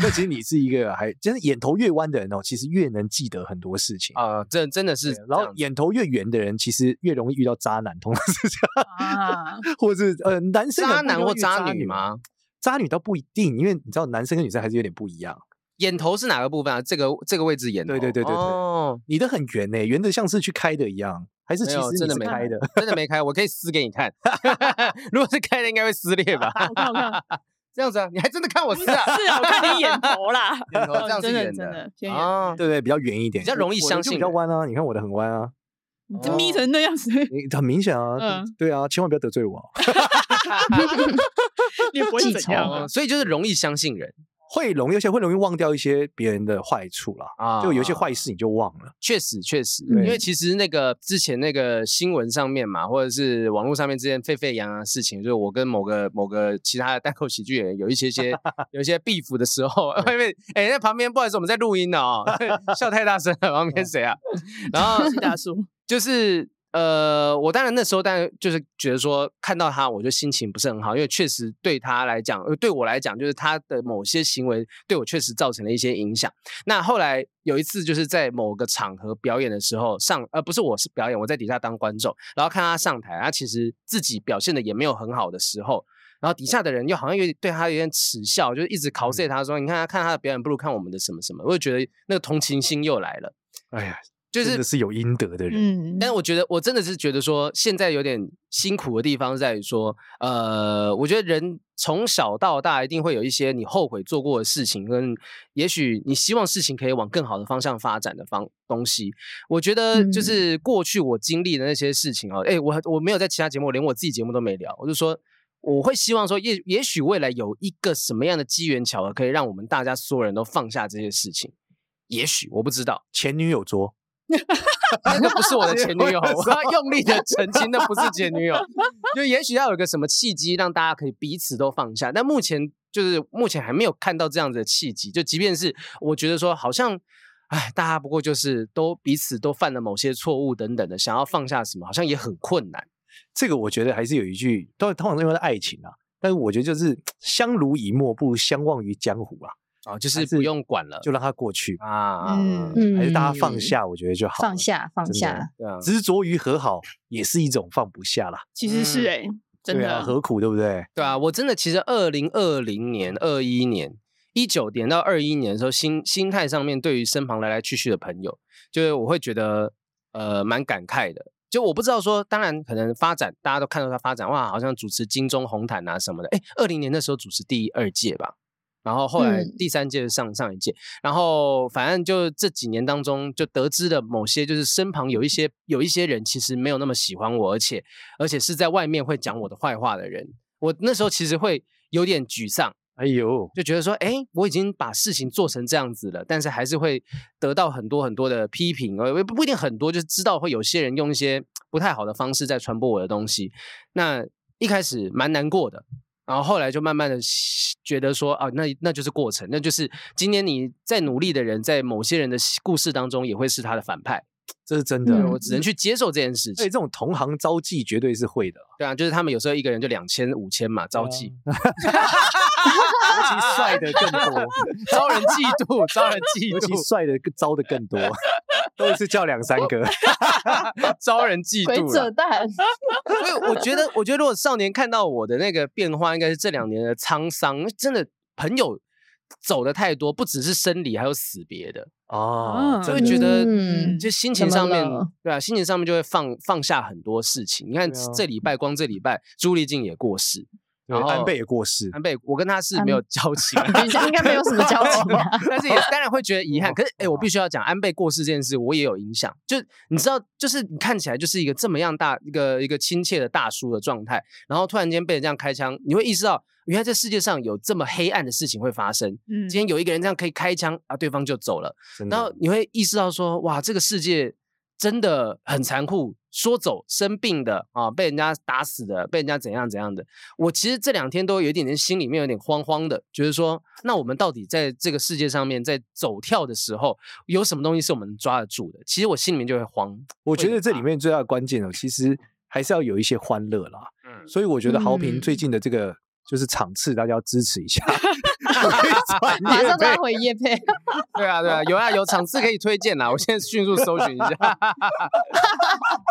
Speaker 3: 那其实你是一个还就是眼头越弯的人哦，其实越能记得很多事情。
Speaker 1: 啊，真的真 的
Speaker 3: 对
Speaker 1: 是这
Speaker 3: 然后
Speaker 1: 样子。
Speaker 3: 眼头越圆的人，其实越容易遇到渣男，通常是这样，
Speaker 4: 啊，
Speaker 3: 或者是呃，男生可
Speaker 1: 渣
Speaker 3: 能不
Speaker 1: 男
Speaker 3: 容
Speaker 1: 或
Speaker 3: 易
Speaker 1: 渣女啊
Speaker 3: 女？
Speaker 1: 吗？
Speaker 3: 渣女倒不一定，因为你知道男生跟女生还是有点不一样。
Speaker 1: 眼头是哪个部分啊？这个这个位置眼头。
Speaker 3: 对对对对对
Speaker 1: 哦，
Speaker 3: 你的很圆呢、圆的像是去开的一样，还是其
Speaker 1: 没
Speaker 3: 实
Speaker 1: 有
Speaker 3: 你
Speaker 1: 真的
Speaker 3: 是
Speaker 1: 没
Speaker 3: 开的？
Speaker 1: 真的没开，我可以撕给你看。 如果是开的，应该会撕裂吧？
Speaker 4: 我看我看，
Speaker 1: 这样子啊？你还真的看我撕啊？
Speaker 4: 是啊，我看你眼头 啦，
Speaker 1: 眼头这样
Speaker 4: 嗯
Speaker 1: 是
Speaker 4: 真的
Speaker 1: 圆
Speaker 4: 真的偏圆，
Speaker 1: 啊？
Speaker 3: 对不对？比较圆一点，
Speaker 1: 比较容易
Speaker 3: 我的
Speaker 1: 相
Speaker 3: 就
Speaker 1: 信
Speaker 3: 比较
Speaker 1: 人
Speaker 3: 弯啊，你看我的很弯啊，
Speaker 4: 你这眯成那样子，
Speaker 3: 你很明显啊，
Speaker 4: 嗯
Speaker 3: 对啊，千万不要得罪我啊，
Speaker 4: 你也不会
Speaker 2: 记
Speaker 4: 怎
Speaker 2: 仇
Speaker 4: 样啊
Speaker 1: 哦，？所以就是容易相信人
Speaker 3: 会容易，而且会容易忘掉一些别人的坏处啦，
Speaker 1: 啊
Speaker 3: 就有一些坏事你就忘了。
Speaker 1: 确实，确实，
Speaker 2: 对
Speaker 1: 因为其实那个之前那个新闻上面嘛，或者是网络上面之间沸沸扬扬的事情，就是我跟某个某个其他的单口喜剧演员有一些些有一些 beef 的时候，外面哎，那旁边不好意思，我们在 录音呢哦，笑太大声了，旁边谁啊？然 后
Speaker 4: 是大叔，
Speaker 1: 就是呃，我当然那时候当然就是觉得说看到他我就心情不是很好，因为确实对他来讲，呃，对我来讲就是他的某些行为对我确实造成了一些影响。那后来有一次就是在某个场合表演的时候上，呃，不是我是表演，我在底下当观众，然后看他上台，他其实自己表现的也没有很好的时候，然后底下的人又好像有点对他有点耻笑，就是一直 cos
Speaker 3: 嗯
Speaker 1: 他说，你看他看他的表演不如看我们的什么什么，我就觉得那个同情心又来了，
Speaker 3: 哎呀，
Speaker 1: 就
Speaker 3: 真
Speaker 1: 是
Speaker 3: 的是有阴德的人。
Speaker 2: 嗯，
Speaker 1: 但是我觉得，我真的是觉得说，现在有点辛苦的地方在于说，呃，我觉得人从小到大一定会有一些你后悔做过的事情，跟也许你希望事情可以往更好的方向发展的方东西。我觉得就
Speaker 2: 嗯
Speaker 1: 是过去我经历的那些事情哦，哎、我我没有在其他节目，我连我自己节目都没聊，我就说。我会希望说也，也许未来有一个什么样的机缘巧合，可以让我们大家所有人都放下这些事情。也许我不知道，
Speaker 3: 前女友桌，
Speaker 1: 那个不是我的前女友，我要用力的澄清，那不是前女友。 就也许要有一个什么契机，让大家可以彼此都放下。但目前就是目前还没有看到这样子的契机。就即便是我觉得说，好像，哎，大家不过就是都彼此都犯了某些错误等等的，想要放下什么，好像也很困难。
Speaker 3: 这个我觉得还是有一句，都通常因为是爱情啊，但是我觉得就是相濡以沫，不如相忘于江湖啊，
Speaker 1: 哦，就
Speaker 3: 还
Speaker 1: 是
Speaker 3: 是
Speaker 1: 不用管了
Speaker 3: 就让它过去吧，
Speaker 1: 啊，
Speaker 2: 嗯
Speaker 1: 嗯，
Speaker 3: 还是大家放
Speaker 2: 嗯
Speaker 3: 下，我觉得就好了。
Speaker 2: 放下放
Speaker 3: 真的
Speaker 2: 下，
Speaker 1: 对啊，
Speaker 3: 执着于和好也是一种放不下啦，
Speaker 4: 其实是
Speaker 1: 嗯
Speaker 4: 哎、真
Speaker 3: 对啊，
Speaker 4: 的，
Speaker 3: 何苦对不对？
Speaker 1: 对啊，我真的其实二零二零年、二一年、一九年到二一年的时候，心心态上面对于身旁来来去去的朋友，就是我会觉得呃蛮感慨的。就我不知道说，当然可能发展，大家都看到他发展，哇，好像主持金钟红毯啊什么的。哎，二零年那时候主持第二届吧，然后后来
Speaker 2: 嗯
Speaker 1: 第三届上、上一届，然后反正就这几年当中，就得知了某些就是身旁有一些有一些人其实没有那么喜欢我，而且而且是在外面会讲我的坏话的人。我那时候其实会有点沮丧，
Speaker 3: 哎呦，
Speaker 1: 就觉得说，哎，我已经把事情做成这样子了，但是还是会得到很多很多的批评，呃，不不一定很多，就是知道会有些人用一些不太好的方式在传播我的东西。那一开始蛮难过的，然后后来就慢慢的觉得说，啊，那那就是过程，那就是今天你再努力的人，在某些人的故事当中，也会是他的反派，啊
Speaker 3: 这是真的。
Speaker 2: 嗯
Speaker 1: 我只能去接受这件事
Speaker 3: 所以
Speaker 1: 情。
Speaker 3: 这种同行招妓绝对是会的，
Speaker 1: 对啊，就是他们有时候一个人就两千、五千
Speaker 3: 哦
Speaker 1: 嘛，招 妓。
Speaker 3: 尤其帅的更多，
Speaker 1: 招人嫉妒，招人 嫉
Speaker 3: 尤其
Speaker 1: 妒，
Speaker 3: 帅的招的更多， 都是叫两三个。
Speaker 1: 招人嫉
Speaker 2: 鬼
Speaker 1: 妒
Speaker 2: 扯
Speaker 1: 了。
Speaker 2: 淡，
Speaker 1: 所以我觉得，我觉得如果少年看到我的那个变化，应该是这两年的沧桑，真的朋友走的太多，不只是生离，还有死别的，
Speaker 3: 哦
Speaker 4: 嗯，
Speaker 1: 就
Speaker 3: 真
Speaker 1: 会
Speaker 3: 的
Speaker 1: 觉得。
Speaker 2: 嗯
Speaker 1: 就心
Speaker 2: 怎
Speaker 1: 情
Speaker 2: 么
Speaker 1: 上面
Speaker 2: 了，
Speaker 1: 对啊，心情上面就会放放下很多事情。你看
Speaker 3: 对啊
Speaker 1: 这礼拜，光这礼拜，朱丽静也过世，
Speaker 3: 对
Speaker 1: 然后
Speaker 3: 安倍也过世，
Speaker 1: 安倍，我跟他是没有 交情，
Speaker 2: 应该没有什么交情啊。
Speaker 1: 但是也当然会觉得遗憾。可是，哎、我必须要讲安倍过世这件事，我也有影响。就你知道，就是你看起来就是一个这么样大一个一个亲切的大叔的状态，然后突然间被人这样开枪，你会意识到原来这世界上有这么黑暗的事情会发生。
Speaker 4: 嗯
Speaker 1: 今天有一个人这样可以开枪啊，对方就走了，
Speaker 3: 真的
Speaker 1: 然后你会意识到说，哇，这个世界真的很残酷。说走生病的啊，被人家打死的，被人家怎样怎样的。我其实这两天都有一点点心里面有点慌慌的，觉得说，那我们到底在这个世界上面，在走跳的时候，有什么东西是我们抓得住的？其实我心里面就会慌。
Speaker 3: 我
Speaker 1: 会啊
Speaker 3: 觉得这里
Speaker 1: 怕
Speaker 3: 面最大的关键哦，其实还是要有一些欢乐啦。
Speaker 1: 嗯
Speaker 3: 所以我觉得豪平最
Speaker 2: 嗯
Speaker 3: 近的这个就是场次，大家要支持一下。
Speaker 2: 马上就要回叶配，
Speaker 1: 对啊，对啊，有啊，有场次可以推荐啦。我现在迅速搜寻一下。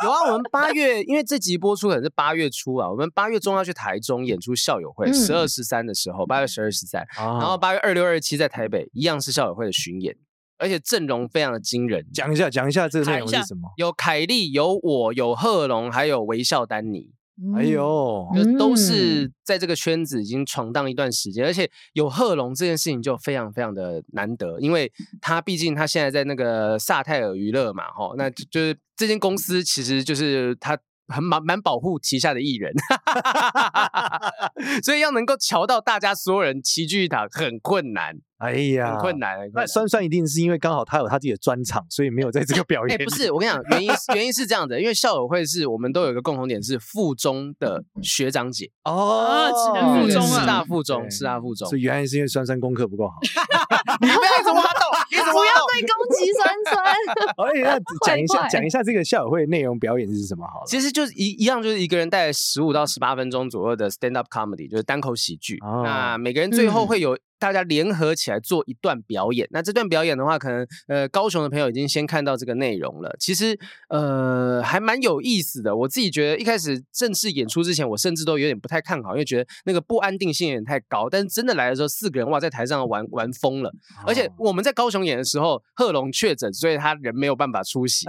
Speaker 1: 有啊，我们八月，因为这集播出可能是八月初啊，我们八月中要去台中演出校友会，
Speaker 2: 嗯
Speaker 1: 十二十三的时候，八月十二十三，
Speaker 3: 然
Speaker 1: 然后八月二六二七在台北一样是校友会的巡演，而且阵容非常的惊人，
Speaker 3: 讲一下，讲一下这个内
Speaker 4: 谈一
Speaker 3: 容
Speaker 4: 下
Speaker 3: 是什么？
Speaker 1: 有凯莉，有我，有贺龙，还有微笑丹尼。
Speaker 4: 嗯
Speaker 3: 哎呦，
Speaker 1: 就都
Speaker 2: 嗯
Speaker 1: 是在这个圈子已经闯荡一段时间，而且有贺龙这件事情就非常非常的难得，因为
Speaker 3: 嗯
Speaker 1: 他毕竟他现在在那个萨泰尔娱乐嘛，吼，那就就是这间公司其实就是他。很蛮蛮保护旗下的艺人，所以要能够瞧到大家所有人齐聚一堂很困难。
Speaker 3: 哎呀，
Speaker 1: 很困。难。很困
Speaker 3: 那
Speaker 1: 难
Speaker 3: 酸酸一定是因为刚好他有他自己的专场，所以没有在这个表
Speaker 1: 哎、
Speaker 3: 演。
Speaker 1: 不，是，我跟你讲，原因是原因是这样的，因为校友会是我们都有一个共同点，是附中的学长姐，
Speaker 3: 嗯哦，
Speaker 4: 只能附
Speaker 1: 嗯对
Speaker 4: 中啊
Speaker 1: 师大附中，
Speaker 3: 对
Speaker 1: 师大附中
Speaker 3: 所。以原来是因为酸酸功课不够好。
Speaker 1: 你不要一直挖洞，一直挖
Speaker 2: 不要
Speaker 1: 洞。
Speaker 2: 再攻击酸酸。
Speaker 3: 而且 要哎讲一下，
Speaker 2: 快
Speaker 3: 讲一下这个校友会内容表演是什么好了。
Speaker 1: 其实就是一一样，就是一个人带十五到十八分钟左右的 stand up comedy，就是单口喜剧。
Speaker 3: 哦
Speaker 1: 那每个人最后
Speaker 2: 嗯
Speaker 1: 会有大家联合起来做一段表演。那这段表演的话，可能呃高雄的朋友已经先看到这个内容了。其实呃还蛮有意思的。我自己觉得一开始正式演出之前，我甚至都有点不太看好，因为觉得那个不安定性有点太高。但是真的来的时候，四个人哇在台上玩玩疯了。而
Speaker 3: 哦
Speaker 1: 且我们在高雄演的时候，贺龙确诊，所以他人没有办法 出席，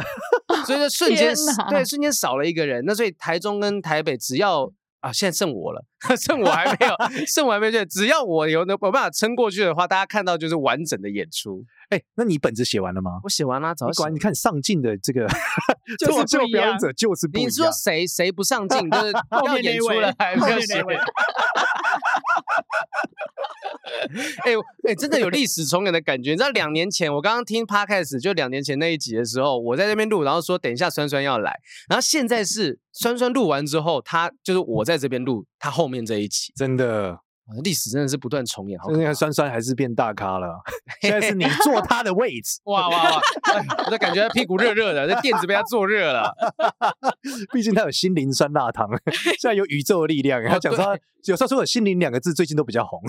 Speaker 1: 所以就瞬间
Speaker 2: 天
Speaker 1: 是
Speaker 2: 哪
Speaker 1: 对瞬间少了一个人。那所以台中跟台北只要啊，现在剩我了， 剩我还没 有，剩我还没去。只要我有能有办法撑过去的话，大家看到就是完整的演出。
Speaker 3: 哎、那你本子写完了吗？
Speaker 1: 我写完啦，早
Speaker 3: 你
Speaker 1: 就写
Speaker 3: 管
Speaker 1: 完
Speaker 3: 你看上进的这个
Speaker 4: 就是
Speaker 3: 脱口秀
Speaker 4: 不一
Speaker 3: 表演
Speaker 4: 样
Speaker 3: 者就是不一
Speaker 1: 你
Speaker 3: 样。
Speaker 1: 说谁谁不上镜，就是
Speaker 4: 后面
Speaker 1: 要
Speaker 4: 那
Speaker 1: 演
Speaker 4: 一
Speaker 1: 出
Speaker 4: 位
Speaker 1: 了还没
Speaker 4: 后
Speaker 1: 有
Speaker 4: 面那
Speaker 1: 写
Speaker 4: 一位。
Speaker 1: 哎、哎、真的有历史重演的感觉。你知道两年前我刚刚听 podcast，就两年前那一集的时候，我在那边录，然后说等一下酸酸要来，然后现在是酸酸录完之后，他就是我在这边录他后面这一集，
Speaker 3: 真的，
Speaker 1: 哇历史真的是不断重演，好可
Speaker 3: 那
Speaker 1: 怕
Speaker 3: 个酸酸还是变大咖 了。现在是你坐他的位置，
Speaker 1: 哇哇 哇！哎我就感觉他屁股热热的，那垫子被他坐热了。
Speaker 3: 毕竟他有心灵酸辣汤，现在有宇宙的力量。
Speaker 1: 哦
Speaker 3: 他讲说他，有时候说有心灵两个字，最近都比较红。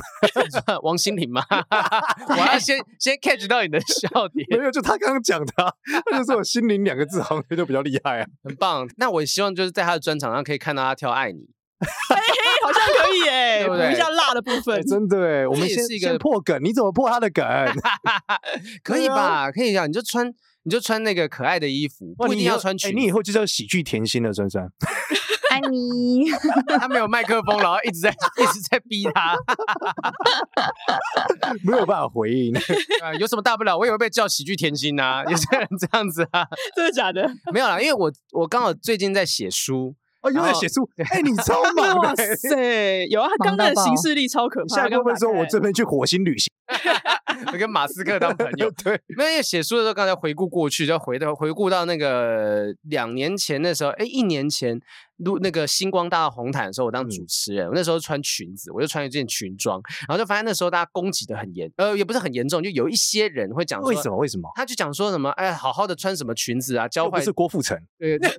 Speaker 1: 王心凌吗？ 我要先先 catch 到你的笑点。
Speaker 3: 没有，就他刚刚讲的啊，他就说有心灵两个字，好像就比较厉 害啊。
Speaker 1: 很棒。那我也希望就是在他的专场上可以看到他跳《爱你》，
Speaker 4: 好像可 以哎，
Speaker 1: 对
Speaker 4: 补
Speaker 1: 不对
Speaker 4: 一下辣的部
Speaker 3: 哎
Speaker 4: 分。
Speaker 3: 真的哎，我
Speaker 1: 这
Speaker 3: 们
Speaker 1: 也
Speaker 3: 先
Speaker 1: 是一
Speaker 3: 先
Speaker 1: 个
Speaker 3: 破梗，你怎么破他的梗？
Speaker 1: 可以
Speaker 3: 对啊
Speaker 1: 吧？可以啊，你就穿你就穿那个可爱的衣服，
Speaker 3: 哇
Speaker 1: 不一
Speaker 3: 你
Speaker 1: 定
Speaker 3: 以
Speaker 1: 要
Speaker 3: 后
Speaker 1: 穿
Speaker 3: 哎
Speaker 1: 裙
Speaker 3: 你以
Speaker 1: 子。
Speaker 3: 后就叫喜剧甜心了，酸酸。
Speaker 2: 安妮，
Speaker 1: 他没有麦克风，然后一直在一直在逼他，
Speaker 3: 没有办法回 应。
Speaker 1: 对啊有什么大不了？我也会被叫喜剧甜心啊，有些人这样子啊，
Speaker 4: 真的假的？
Speaker 1: 没有啦，因为我我刚好最近在写书，
Speaker 3: 哦，又在
Speaker 1: 然后
Speaker 3: 写书，哎， 你超忙
Speaker 4: 哇
Speaker 3: 的欸。
Speaker 4: 塞，有啊，他刚
Speaker 2: 忙到
Speaker 4: 那个行
Speaker 2: 爆
Speaker 4: 事力超可怕。
Speaker 3: 下一
Speaker 4: 刚
Speaker 3: 部分
Speaker 4: 打
Speaker 3: 说
Speaker 4: 开
Speaker 3: 我
Speaker 4: 来
Speaker 3: 这边去火星旅行，。
Speaker 1: 我跟马斯克当朋友
Speaker 3: 对，
Speaker 1: 没有，因为写书的时候，刚才回顾过去，就回到回顾到那个两年前的时候，哎，一年前录那个星光大道红毯的时候，我当
Speaker 3: 嗯
Speaker 1: 主持人，我那时候穿裙子，我就穿一件裙装，然后就发现那时候大家攻击的很严，呃，也不是很严重，就有一些人会讲
Speaker 3: 为什
Speaker 1: 么？
Speaker 3: 么？为什么？
Speaker 1: 他就讲说什么，哎，好好的穿什么裙子啊，教
Speaker 3: 又不
Speaker 1: 坏
Speaker 3: 是郭富城，
Speaker 1: 对， 对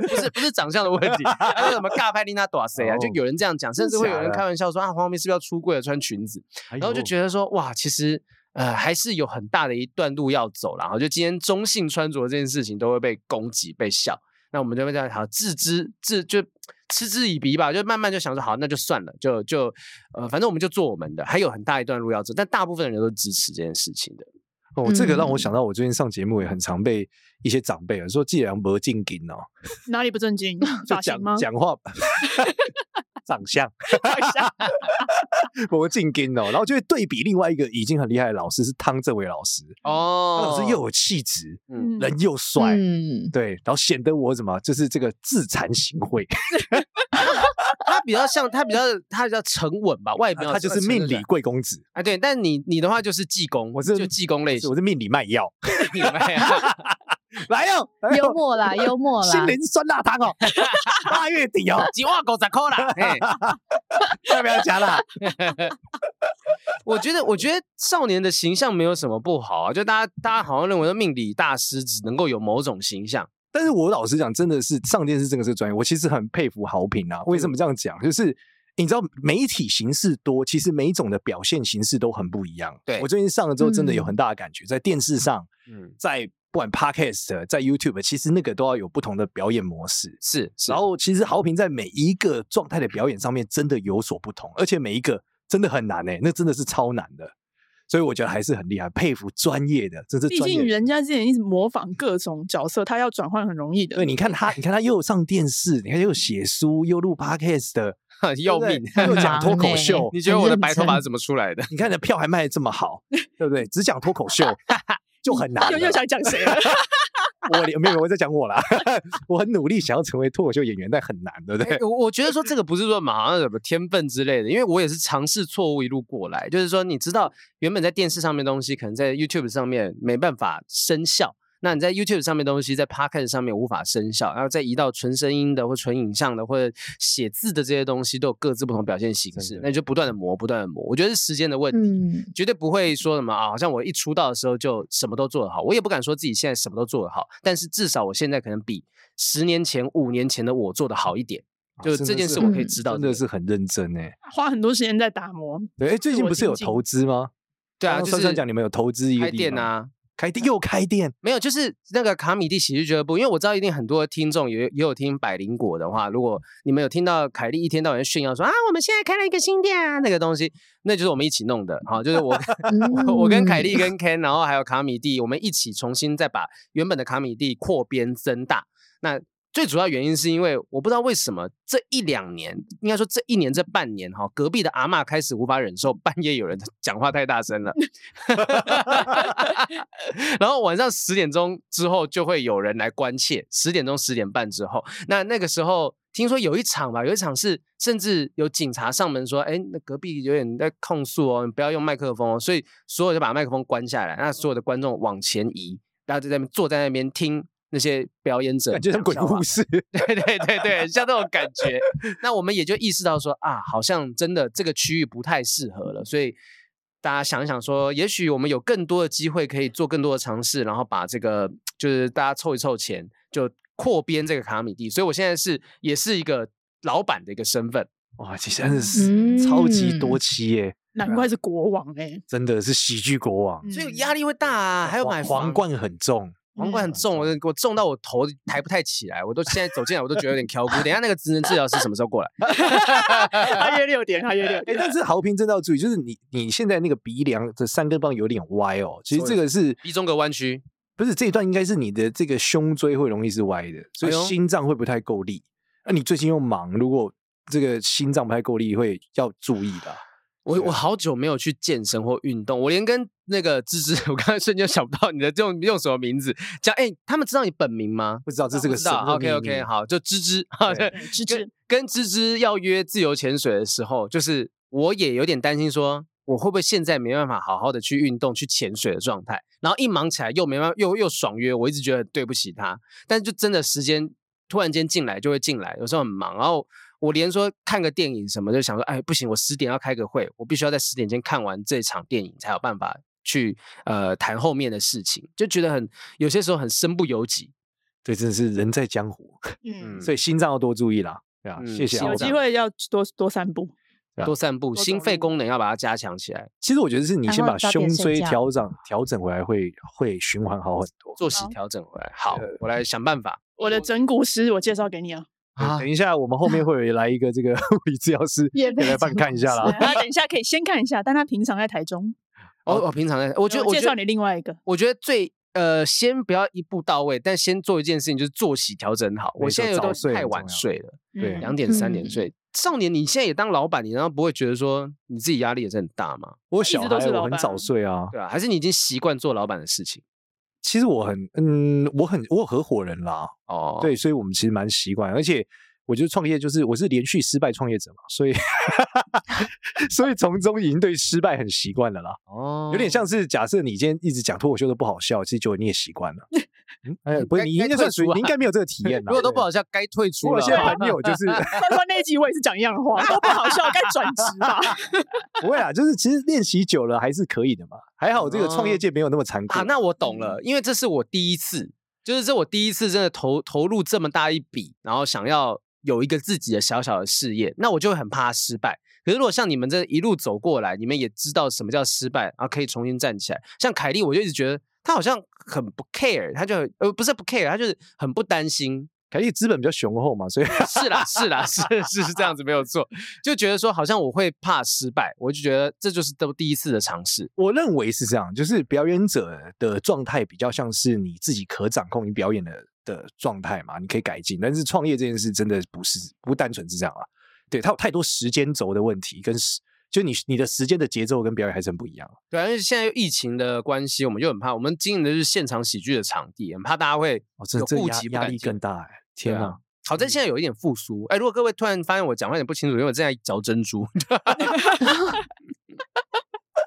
Speaker 1: 不是不是长相的问题，还 有什么尬拍令他打谁啊？就
Speaker 3: 哦
Speaker 1: 有人这样讲，甚
Speaker 3: 真
Speaker 1: 至会
Speaker 3: 假
Speaker 1: 有人
Speaker 3: 的
Speaker 1: 开玩笑说啊，黄晓明是不是要出柜了穿裙子？
Speaker 3: 然
Speaker 1: 然后就觉得说，哇，其实呃还是有很大的一段路要走啦然后就今天中性穿着这件事情都会被攻击、被笑，那我们就会这样好置之置就嗤之以鼻吧，就慢慢就想说，好，那就算了，就就呃，反正我们就做我们的，还有很大一段路要走，但大部分人都支持这件事情的。
Speaker 3: 哦，这个让
Speaker 1: 嗯
Speaker 3: 我想到我最近上节目也很常被一些长辈啊说季良不进京哦，
Speaker 4: 哪里不正经？
Speaker 3: 就
Speaker 4: 发型
Speaker 3: 讲
Speaker 4: 吗？
Speaker 3: 讲 话长相 不进京哦，然后就会对比另外一个已经很厉害的老师是汤镇伟老师，他
Speaker 1: 哦
Speaker 3: 老师又有气质，
Speaker 1: 嗯
Speaker 3: 人又帅。
Speaker 2: 嗯，
Speaker 3: 对，然后显得我怎么就是这个自惭形 秽，
Speaker 1: 他比较像他比较他比较沉稳吧，外表
Speaker 3: 啊他就是
Speaker 1: 沉
Speaker 3: 命
Speaker 1: 得
Speaker 3: 理
Speaker 1: 来
Speaker 3: 贵公子，
Speaker 1: 啊，对，但你你的话就是济公，
Speaker 3: 我是
Speaker 1: 就济公类型
Speaker 3: 我，是命理 卖药，
Speaker 1: 你明白啊
Speaker 3: 来哟，来哟
Speaker 2: 幽默啦，幽默啦，
Speaker 3: 心灵酸辣汤哦， 八月底哦，
Speaker 1: 几万狗十块啦，嘿。
Speaker 3: 要不要加辣？
Speaker 1: 我觉得，我觉得少年的形象没有什么不好啊，就大家大家好像认为说命理大师只能够有某种形象，
Speaker 3: 但是我老实讲，真的是上电视这个是专业，我其实很佩服好评啊。为什么这样讲？就是你知道媒体形式多，其实每一种的表现形式都很不一样。
Speaker 1: 对
Speaker 3: 我最近上了之后，真的有
Speaker 2: 嗯
Speaker 3: 很大的感觉，在电视上，
Speaker 1: 嗯，
Speaker 3: 在不管 podcast，在 YouTube，其实那个都要有不同的表演模式。
Speaker 1: 是是，
Speaker 3: 然后其实豪平在每一个状态的表演上面真的有所不同，而且每一个真的很难哎、那真的是超难的。所以我觉得还是很厉害，佩服专业的，这是
Speaker 4: 毕
Speaker 3: 专业
Speaker 4: 竟
Speaker 3: 的
Speaker 4: 人家之前一直模仿各种角色，他要转换很容易的。
Speaker 3: 对，你看他，你看他又上电视，你看又写书，又录 podcast 的，
Speaker 1: 要
Speaker 3: 对
Speaker 1: 命
Speaker 3: 不！对又讲脱口
Speaker 2: 忙欸
Speaker 3: 秀。
Speaker 1: 你觉得我的白头发是怎么出来的？
Speaker 3: 你看你的票还卖的这么好，对不对？只讲脱口秀就很难
Speaker 4: 又
Speaker 3: 了
Speaker 4: 又想讲谁了？
Speaker 3: 我没有，我在讲我啦。 我很努力想要成为脱口秀演员，但很难，对不对
Speaker 1: 哎？我我觉得说这个不是说马上什么天分之类的，因为我也是尝试错误一路过来，就是说你知道原本在电视上面的东西，可能在 YouTube 上面没办法生效。那你在 YouTube 上面的东西，在 Podcast 上面无法生效，然后再移到纯声音的或纯影像的或者写字的这些东西，都有各自不同表现形式
Speaker 3: 真的。
Speaker 1: 那你就不断的磨，不断的磨，我觉得是时间的问题。
Speaker 2: 嗯，
Speaker 1: 绝对不会说什么啊，好像我一出道的时候就什么都做得好，我也不敢说自己现在什么都做得好，但是至少我现在可能比十年前、五年前的我做得好一点，
Speaker 3: 啊
Speaker 1: 就
Speaker 3: 真
Speaker 1: 这
Speaker 3: 的
Speaker 1: 件
Speaker 3: 是
Speaker 1: 事我可以
Speaker 2: 嗯
Speaker 1: 知道
Speaker 3: 真
Speaker 1: 这
Speaker 3: 的
Speaker 1: 个
Speaker 3: 是很认真哎。
Speaker 4: 花很多时间在打磨。
Speaker 3: 对，哎，最
Speaker 4: 自
Speaker 3: 近
Speaker 4: 我
Speaker 3: 不是有
Speaker 4: 精进
Speaker 3: 投资吗？
Speaker 1: 对啊，
Speaker 3: 刚刚
Speaker 1: 就
Speaker 3: 珊珊
Speaker 1: 是
Speaker 3: 讲你们有投资一个
Speaker 1: 开
Speaker 3: 地
Speaker 1: 店
Speaker 3: 方
Speaker 1: 啊，
Speaker 3: 开店又开店，
Speaker 1: 没有，就是那个卡米蒂喜剧俱乐部，因为我知道一定很多听众也有也有听百灵果的话，如果你们有听到凯莉一天到晚炫耀说啊，我们现在开了一个新店啊，那个东西，那就是我们一起弄的，好，就是我 我我跟凯莉跟 Ken，然后还有卡米蒂，我们一起重新再把原本的卡米蒂扩编增大。那最主要原因是因为我不知道为什么这一两年，应该说这一年这半年哈，隔壁的阿嬷开始无法忍受半夜有人讲话太大声了， 然后晚上十点钟之后就会有人来关切，十点钟十点半之后，那那个时候听说有一场吧，有一场是甚至有警察上门说，哎，那隔壁有点在控诉哦，你不要用麦克风哦，所以所有人就把麦克风关下来，那所有的观众往前移，然后就在那边坐在那边听。那些表演者
Speaker 3: 感觉像
Speaker 1: 讲
Speaker 3: 鬼
Speaker 1: 笑话
Speaker 3: 故事。
Speaker 1: 对对对对，像这种感觉。那我们也就意识到说啊，好像真的这个区域不太适合了，所以大家想一想说，也许我们有更多的机会可以做更多的尝试，然后把这个就是大家凑一凑钱，就扩编这个卡米蒂。所以我现在是也是一个老板的一个身份。
Speaker 3: 哇，其实真的
Speaker 1: 嗯
Speaker 3: 是超级多期耶，
Speaker 4: 难怪是国王哎、
Speaker 3: 真的是喜剧国王，
Speaker 1: 所以
Speaker 4: 嗯
Speaker 1: 压力会大啊，还有
Speaker 3: 皇
Speaker 1: 买
Speaker 3: 皇
Speaker 1: 房。
Speaker 3: 冠嗯很重，
Speaker 1: 皇冠很重，我我重到我头抬不太起来，我都现在走进来我都觉得有点 挑骨。等一下那个职能治疗师什么时候过来？
Speaker 4: 他约六点，他约六
Speaker 3: 哎、
Speaker 4: 点。
Speaker 3: 但是豪平真的要注意，就是你你现在那个鼻梁的三根棒有点歪哦，其实这个是
Speaker 1: 鼻中隔弯曲，
Speaker 3: 不是这一段应该是你的这个胸椎会容易是歪的，所以
Speaker 1: 哎呦
Speaker 3: 心脏会不太够力。那、你最近又忙，如果这个心脏不太够力，会要注意的啊。
Speaker 1: 我
Speaker 3: 对
Speaker 1: 我好久没有去健身或运动，我连跟那个芝芝，我刚才瞬间想不到你的用用什么名字讲。哎、他们知道你本名吗？
Speaker 3: 不知道这是个嗯
Speaker 1: 不啊知道
Speaker 3: 神秘
Speaker 1: OK OK，
Speaker 3: 密
Speaker 1: 好，就芝芝 哈，对，
Speaker 4: 哎芝
Speaker 1: 跟跟芝芝要约自由潜水的时候，就是我也有点担心说。我会不会现在没办法好好的去运动、去潜水的状态？然后一忙起来又没办法，又又爽约，我一直觉得很对不起他。但是就真的时间突然间进来就会进来，有时候很忙，然后我连说看个电影什么，就想说，哎，不行，我十点要开个会，我必须要在十点前看完这场电影才有办法去呃谈后面的事情，就觉得很有些时候很身不由己。
Speaker 3: 对，真的是人在江湖，
Speaker 4: 嗯，
Speaker 3: 所以心脏要多注意啦。对啊，
Speaker 1: 嗯
Speaker 3: 谢谢
Speaker 1: 希
Speaker 3: 豪
Speaker 1: 望
Speaker 4: 有
Speaker 3: 平。
Speaker 4: 机会要多多散步。
Speaker 3: 对啊
Speaker 1: 多散步，
Speaker 4: 多
Speaker 1: 心
Speaker 4: 走
Speaker 1: 肺
Speaker 4: 路
Speaker 1: 功能要把它加强起来，
Speaker 3: 其实我觉得是你
Speaker 2: 然
Speaker 3: 先
Speaker 2: 后
Speaker 3: 把
Speaker 2: 早点
Speaker 3: 胸
Speaker 2: 睡
Speaker 3: 椎
Speaker 2: 觉
Speaker 3: 调整调整回来会，会循环好很多。
Speaker 1: 作息
Speaker 4: 好
Speaker 1: 调整回来。好，我来想办法。
Speaker 4: 我的整蛊师，我介绍给你啊。
Speaker 3: 对
Speaker 1: 啊
Speaker 3: 等一下，我们后 面会有来一个这个物理治疗师
Speaker 2: 也
Speaker 3: 也来帮你看一下啦。
Speaker 4: 那 等一下可以先看一下，但他平常在台中。
Speaker 1: 我我哦平常在，我觉得
Speaker 4: 我
Speaker 1: 我
Speaker 4: 介
Speaker 1: 觉
Speaker 4: 绍
Speaker 1: 得
Speaker 4: 你另外一个，
Speaker 1: 我觉得最呃，先不要一步到位，但先做一件事情，就是作息调整好。
Speaker 3: 没
Speaker 1: 我现
Speaker 3: 错
Speaker 1: 在有
Speaker 3: 早
Speaker 1: 都
Speaker 3: 睡
Speaker 1: 太
Speaker 3: 很
Speaker 1: 晚
Speaker 3: 重要
Speaker 1: 睡了。
Speaker 3: 对
Speaker 1: 两点三点
Speaker 2: 嗯
Speaker 1: 睡。少年，你现在也当老板，你难道不会觉得说你自己压力也是很大吗？
Speaker 3: 我小
Speaker 4: 一直都
Speaker 3: 孩
Speaker 4: 是
Speaker 3: 我
Speaker 4: 老
Speaker 3: 很
Speaker 4: 板
Speaker 3: 早睡啊，
Speaker 1: 对啊，还是你已经习惯做老板的事情？
Speaker 3: 其实我很嗯，我很我有合伙人啦，
Speaker 1: 哦，
Speaker 3: 对，所以我们其实蛮习惯，而且。我觉得创业就是我是连续失败创业者嘛，所以 所以从中已经对失败很习惯了啦，
Speaker 1: 哦
Speaker 3: 有点像是假设你今天一直讲脱口秀都不好笑，其实就你也习惯了。嗯，哎， 不是
Speaker 1: 该
Speaker 3: 你
Speaker 1: 该
Speaker 3: 应该算
Speaker 1: 退
Speaker 3: 属于
Speaker 1: 出啊
Speaker 3: 你应该没有这个体 验啦。
Speaker 1: 如果都不
Speaker 3: 对
Speaker 1: 好笑，该退出
Speaker 3: 我
Speaker 1: 了。
Speaker 3: 有些朋友就是
Speaker 4: 他说那一集我也是讲一样的 话，都不好笑，该转职吧。
Speaker 3: 不会啦，啊就是其实练习久了还是可以的嘛。还好这个创业
Speaker 1: 哦
Speaker 3: 界没有那么残酷
Speaker 1: 啊，那我懂了，因为这是我第一次，就是这我第一次真的投投入这么大一笔，然后想要有一个自己的小小的事业，那我就会很怕失败。可是如果像你们这一路走过来，你们也知道什么叫失败，然后可以重新站起来。像凯莉，我就一直觉得她好像很不 care，她就很呃不是不 care，她就是很不担心。
Speaker 3: 凯利资本比较雄厚嘛，所以
Speaker 1: 是啦，是啦，是是是这样子没有错，就觉得说好像我会怕失败，我就觉得这就是都第一次的尝试。
Speaker 3: 我认为是这样，就是表演者的状态比较像是你自己可掌控你表演的的状态嘛，你可以改进。但是创业这件事真的不是不单纯是这样啊，对，它有太多时间轴的问题跟时就你你的时间的节奏跟表演还是很不一样。
Speaker 1: 对啊，因为现在又疫情的关系，我们就很怕，我们经营的是现场喜剧的场地，很怕大家会
Speaker 3: 哦，这
Speaker 1: 有
Speaker 3: 这
Speaker 1: 顾
Speaker 3: 压
Speaker 1: 及不
Speaker 3: 压
Speaker 1: 敢
Speaker 3: 力
Speaker 1: 进
Speaker 3: 更大哎、天嗯
Speaker 1: 对
Speaker 3: 哪、
Speaker 1: 啊好在现在有一点复苏。哎，如果各位突然发现我讲话有点不清楚，因为我正在嚼 珍珠，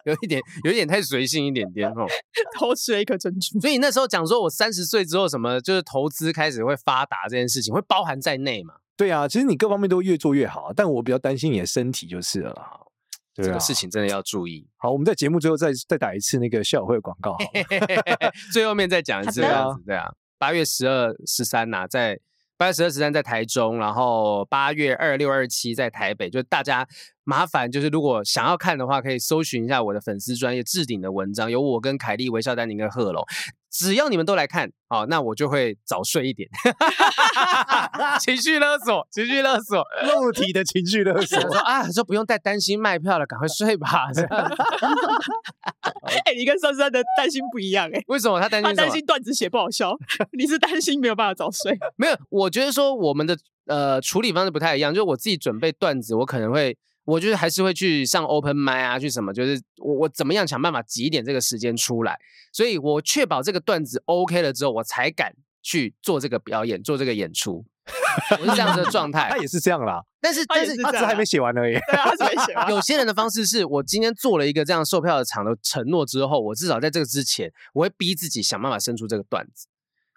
Speaker 1: 有一点有一点太随性一点点哦。
Speaker 4: 偷吃了一颗珍珠。
Speaker 1: 所以那时候讲说我三十岁之后什么就是投资开始会发达这件事情，会包含在内嘛？
Speaker 3: 对啊，其实你各方面都越做越好，啊但我比较担心你的身体就是了啦。对啊，
Speaker 1: 这个事情真的要注意。
Speaker 3: 好，我们在节目最后再再打一次那个校友会的广告好了。
Speaker 1: 最后面再讲一次这
Speaker 3: 的
Speaker 1: 样子，对啊，八月十二、十三呐，在八月十二、十三在台中，然后八月二六、二七在台北，就大家麻烦就是如果想要看的话，可以搜寻一下我的粉丝专业置顶的文章，有我跟凯莉、微笑丹宁跟贺龙。只要你们都来看，好、那我就会早睡一点。 情绪勒索，情绪勒索，
Speaker 3: 肉体的情绪勒 索
Speaker 1: 想说啊，说不用再担心卖票了，赶快睡吧。这样子
Speaker 4: 哎、你跟珊珊的担心不一样哎、
Speaker 1: 为什么他担心
Speaker 4: 他
Speaker 1: 什么？
Speaker 4: 担心段子写不好 笑，你是担心没有办法早睡。
Speaker 1: 没有，我觉得说我们的呃处理方式不太一样，就是我自己准备段子，我可能会，我就是还是会去上 open m i 啊，去什么，就是我我怎么样想办法挤一点这个时间出来，所以我确保这个段子 OK 了之后，我才敢去做这个表演，做这个演出，我是这样子的状态
Speaker 3: 他。也是这样啦，
Speaker 1: 但是
Speaker 4: 他
Speaker 1: 但
Speaker 4: 也
Speaker 1: 是
Speaker 4: 是
Speaker 3: 他
Speaker 4: 这样
Speaker 3: 只是还
Speaker 4: 啦
Speaker 3: 没写完而 已。
Speaker 4: 对啊，他是没写 完。
Speaker 1: 有些人的方式是我今天做了一个这样售票的场的承诺之后，我至少在这个之前，我会逼自己想办法生出这个段子。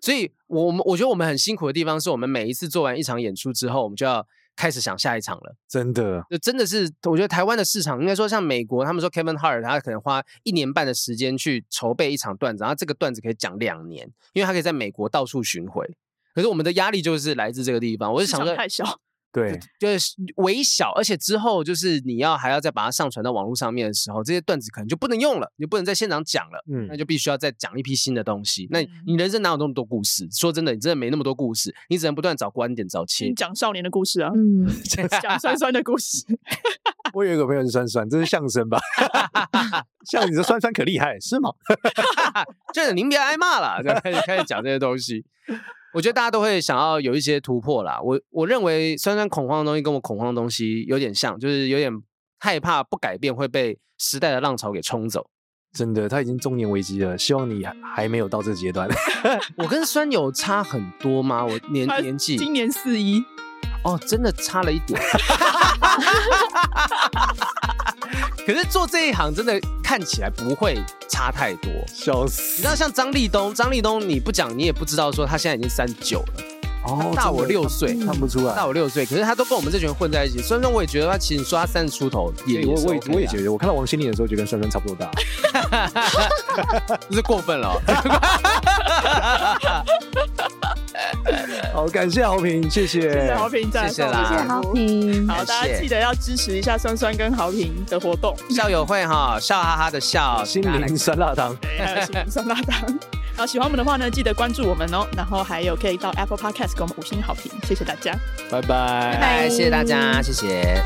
Speaker 1: 所以，我我们我觉得我们很辛苦的地方是我们每一次做完一场演出之后，我们就要开始想下一场了。
Speaker 3: 真的，
Speaker 1: 就真的是，我觉得台湾的市场应该说像美国，他们说 Kevin Hart 他可能花一年半的时间去筹备一场段子，然后这个段子可以讲两年，因为他可以在美国到处巡回。可是我们的压力就是来自这个地方，我就
Speaker 4: 市
Speaker 1: 想
Speaker 4: 场
Speaker 1: 说，
Speaker 4: 太小，
Speaker 3: 对，
Speaker 1: 就是微小，而且之后就是你要还要再把它上传到网络上面的时候，这些段子可能就不能用了，你就不能在现场讲了，
Speaker 3: 嗯
Speaker 1: 那就必须要再讲一批新的东西。那你你人生哪有那么多故事？说真的，你真的没那么多故事，你只能不断找观点、找切
Speaker 4: 你讲少年的故 事啊，
Speaker 2: 嗯，
Speaker 4: 讲酸酸的故事。
Speaker 3: 我有一个朋友是酸酸，这是相声 吧？像你的酸酸可厉害，是吗？
Speaker 1: 就是您别挨骂了，就开始开始讲这些东西。我觉得大家都会想要有一些突破啦。我我认为酸酸恐慌的东西跟我恐慌的东西有点像，就是有点害怕不改变会被时代的浪潮给冲走。
Speaker 3: 真的，他已经中年危机了，希望你还还没有到这个阶段。
Speaker 1: 我跟酸有差很多吗？我年
Speaker 4: 他
Speaker 1: 年纪
Speaker 4: 今年四一，
Speaker 1: 哦，真的差了一 点。可是做这一行真的看起来不会差太多。
Speaker 3: 笑
Speaker 1: 你
Speaker 3: 死
Speaker 1: 知！道像张立东，张立东你不讲你也不知道说他现在已经三十九了。
Speaker 3: 哦
Speaker 1: 大我
Speaker 3: 真的
Speaker 1: 六岁
Speaker 3: 看不出来。
Speaker 1: 大我六岁，可是他都跟我们这群人混在一起。虽然说我也觉得他其实你说他三十出头也啊
Speaker 3: 对我我也我也
Speaker 1: 得
Speaker 3: 觉得，我看到王心凌的时候，觉得跟酸酸差不多 大。
Speaker 1: 就是过 分了哦。
Speaker 3: 好，感谢豪平，谢谢，
Speaker 4: 谢谢好评赞，
Speaker 1: 谢谢
Speaker 2: 谢
Speaker 1: 啦
Speaker 2: 谢好评，
Speaker 4: 好，大
Speaker 1: 感
Speaker 4: 家
Speaker 1: 谢
Speaker 4: 记得要支持一下酸酸跟好评的活动，
Speaker 1: 校友会哈，笑哈哈的笑，
Speaker 3: 心
Speaker 1: 大家来
Speaker 3: 灵酸辣汤。
Speaker 4: 对，还有新酸辣汤。然后喜欢我们的话呢，记得关注我们哦，然后还有可以到 Apple Podcast 给我们五星好评，谢谢大家。
Speaker 3: 拜拜。
Speaker 1: 拜拜，谢谢大家，谢谢。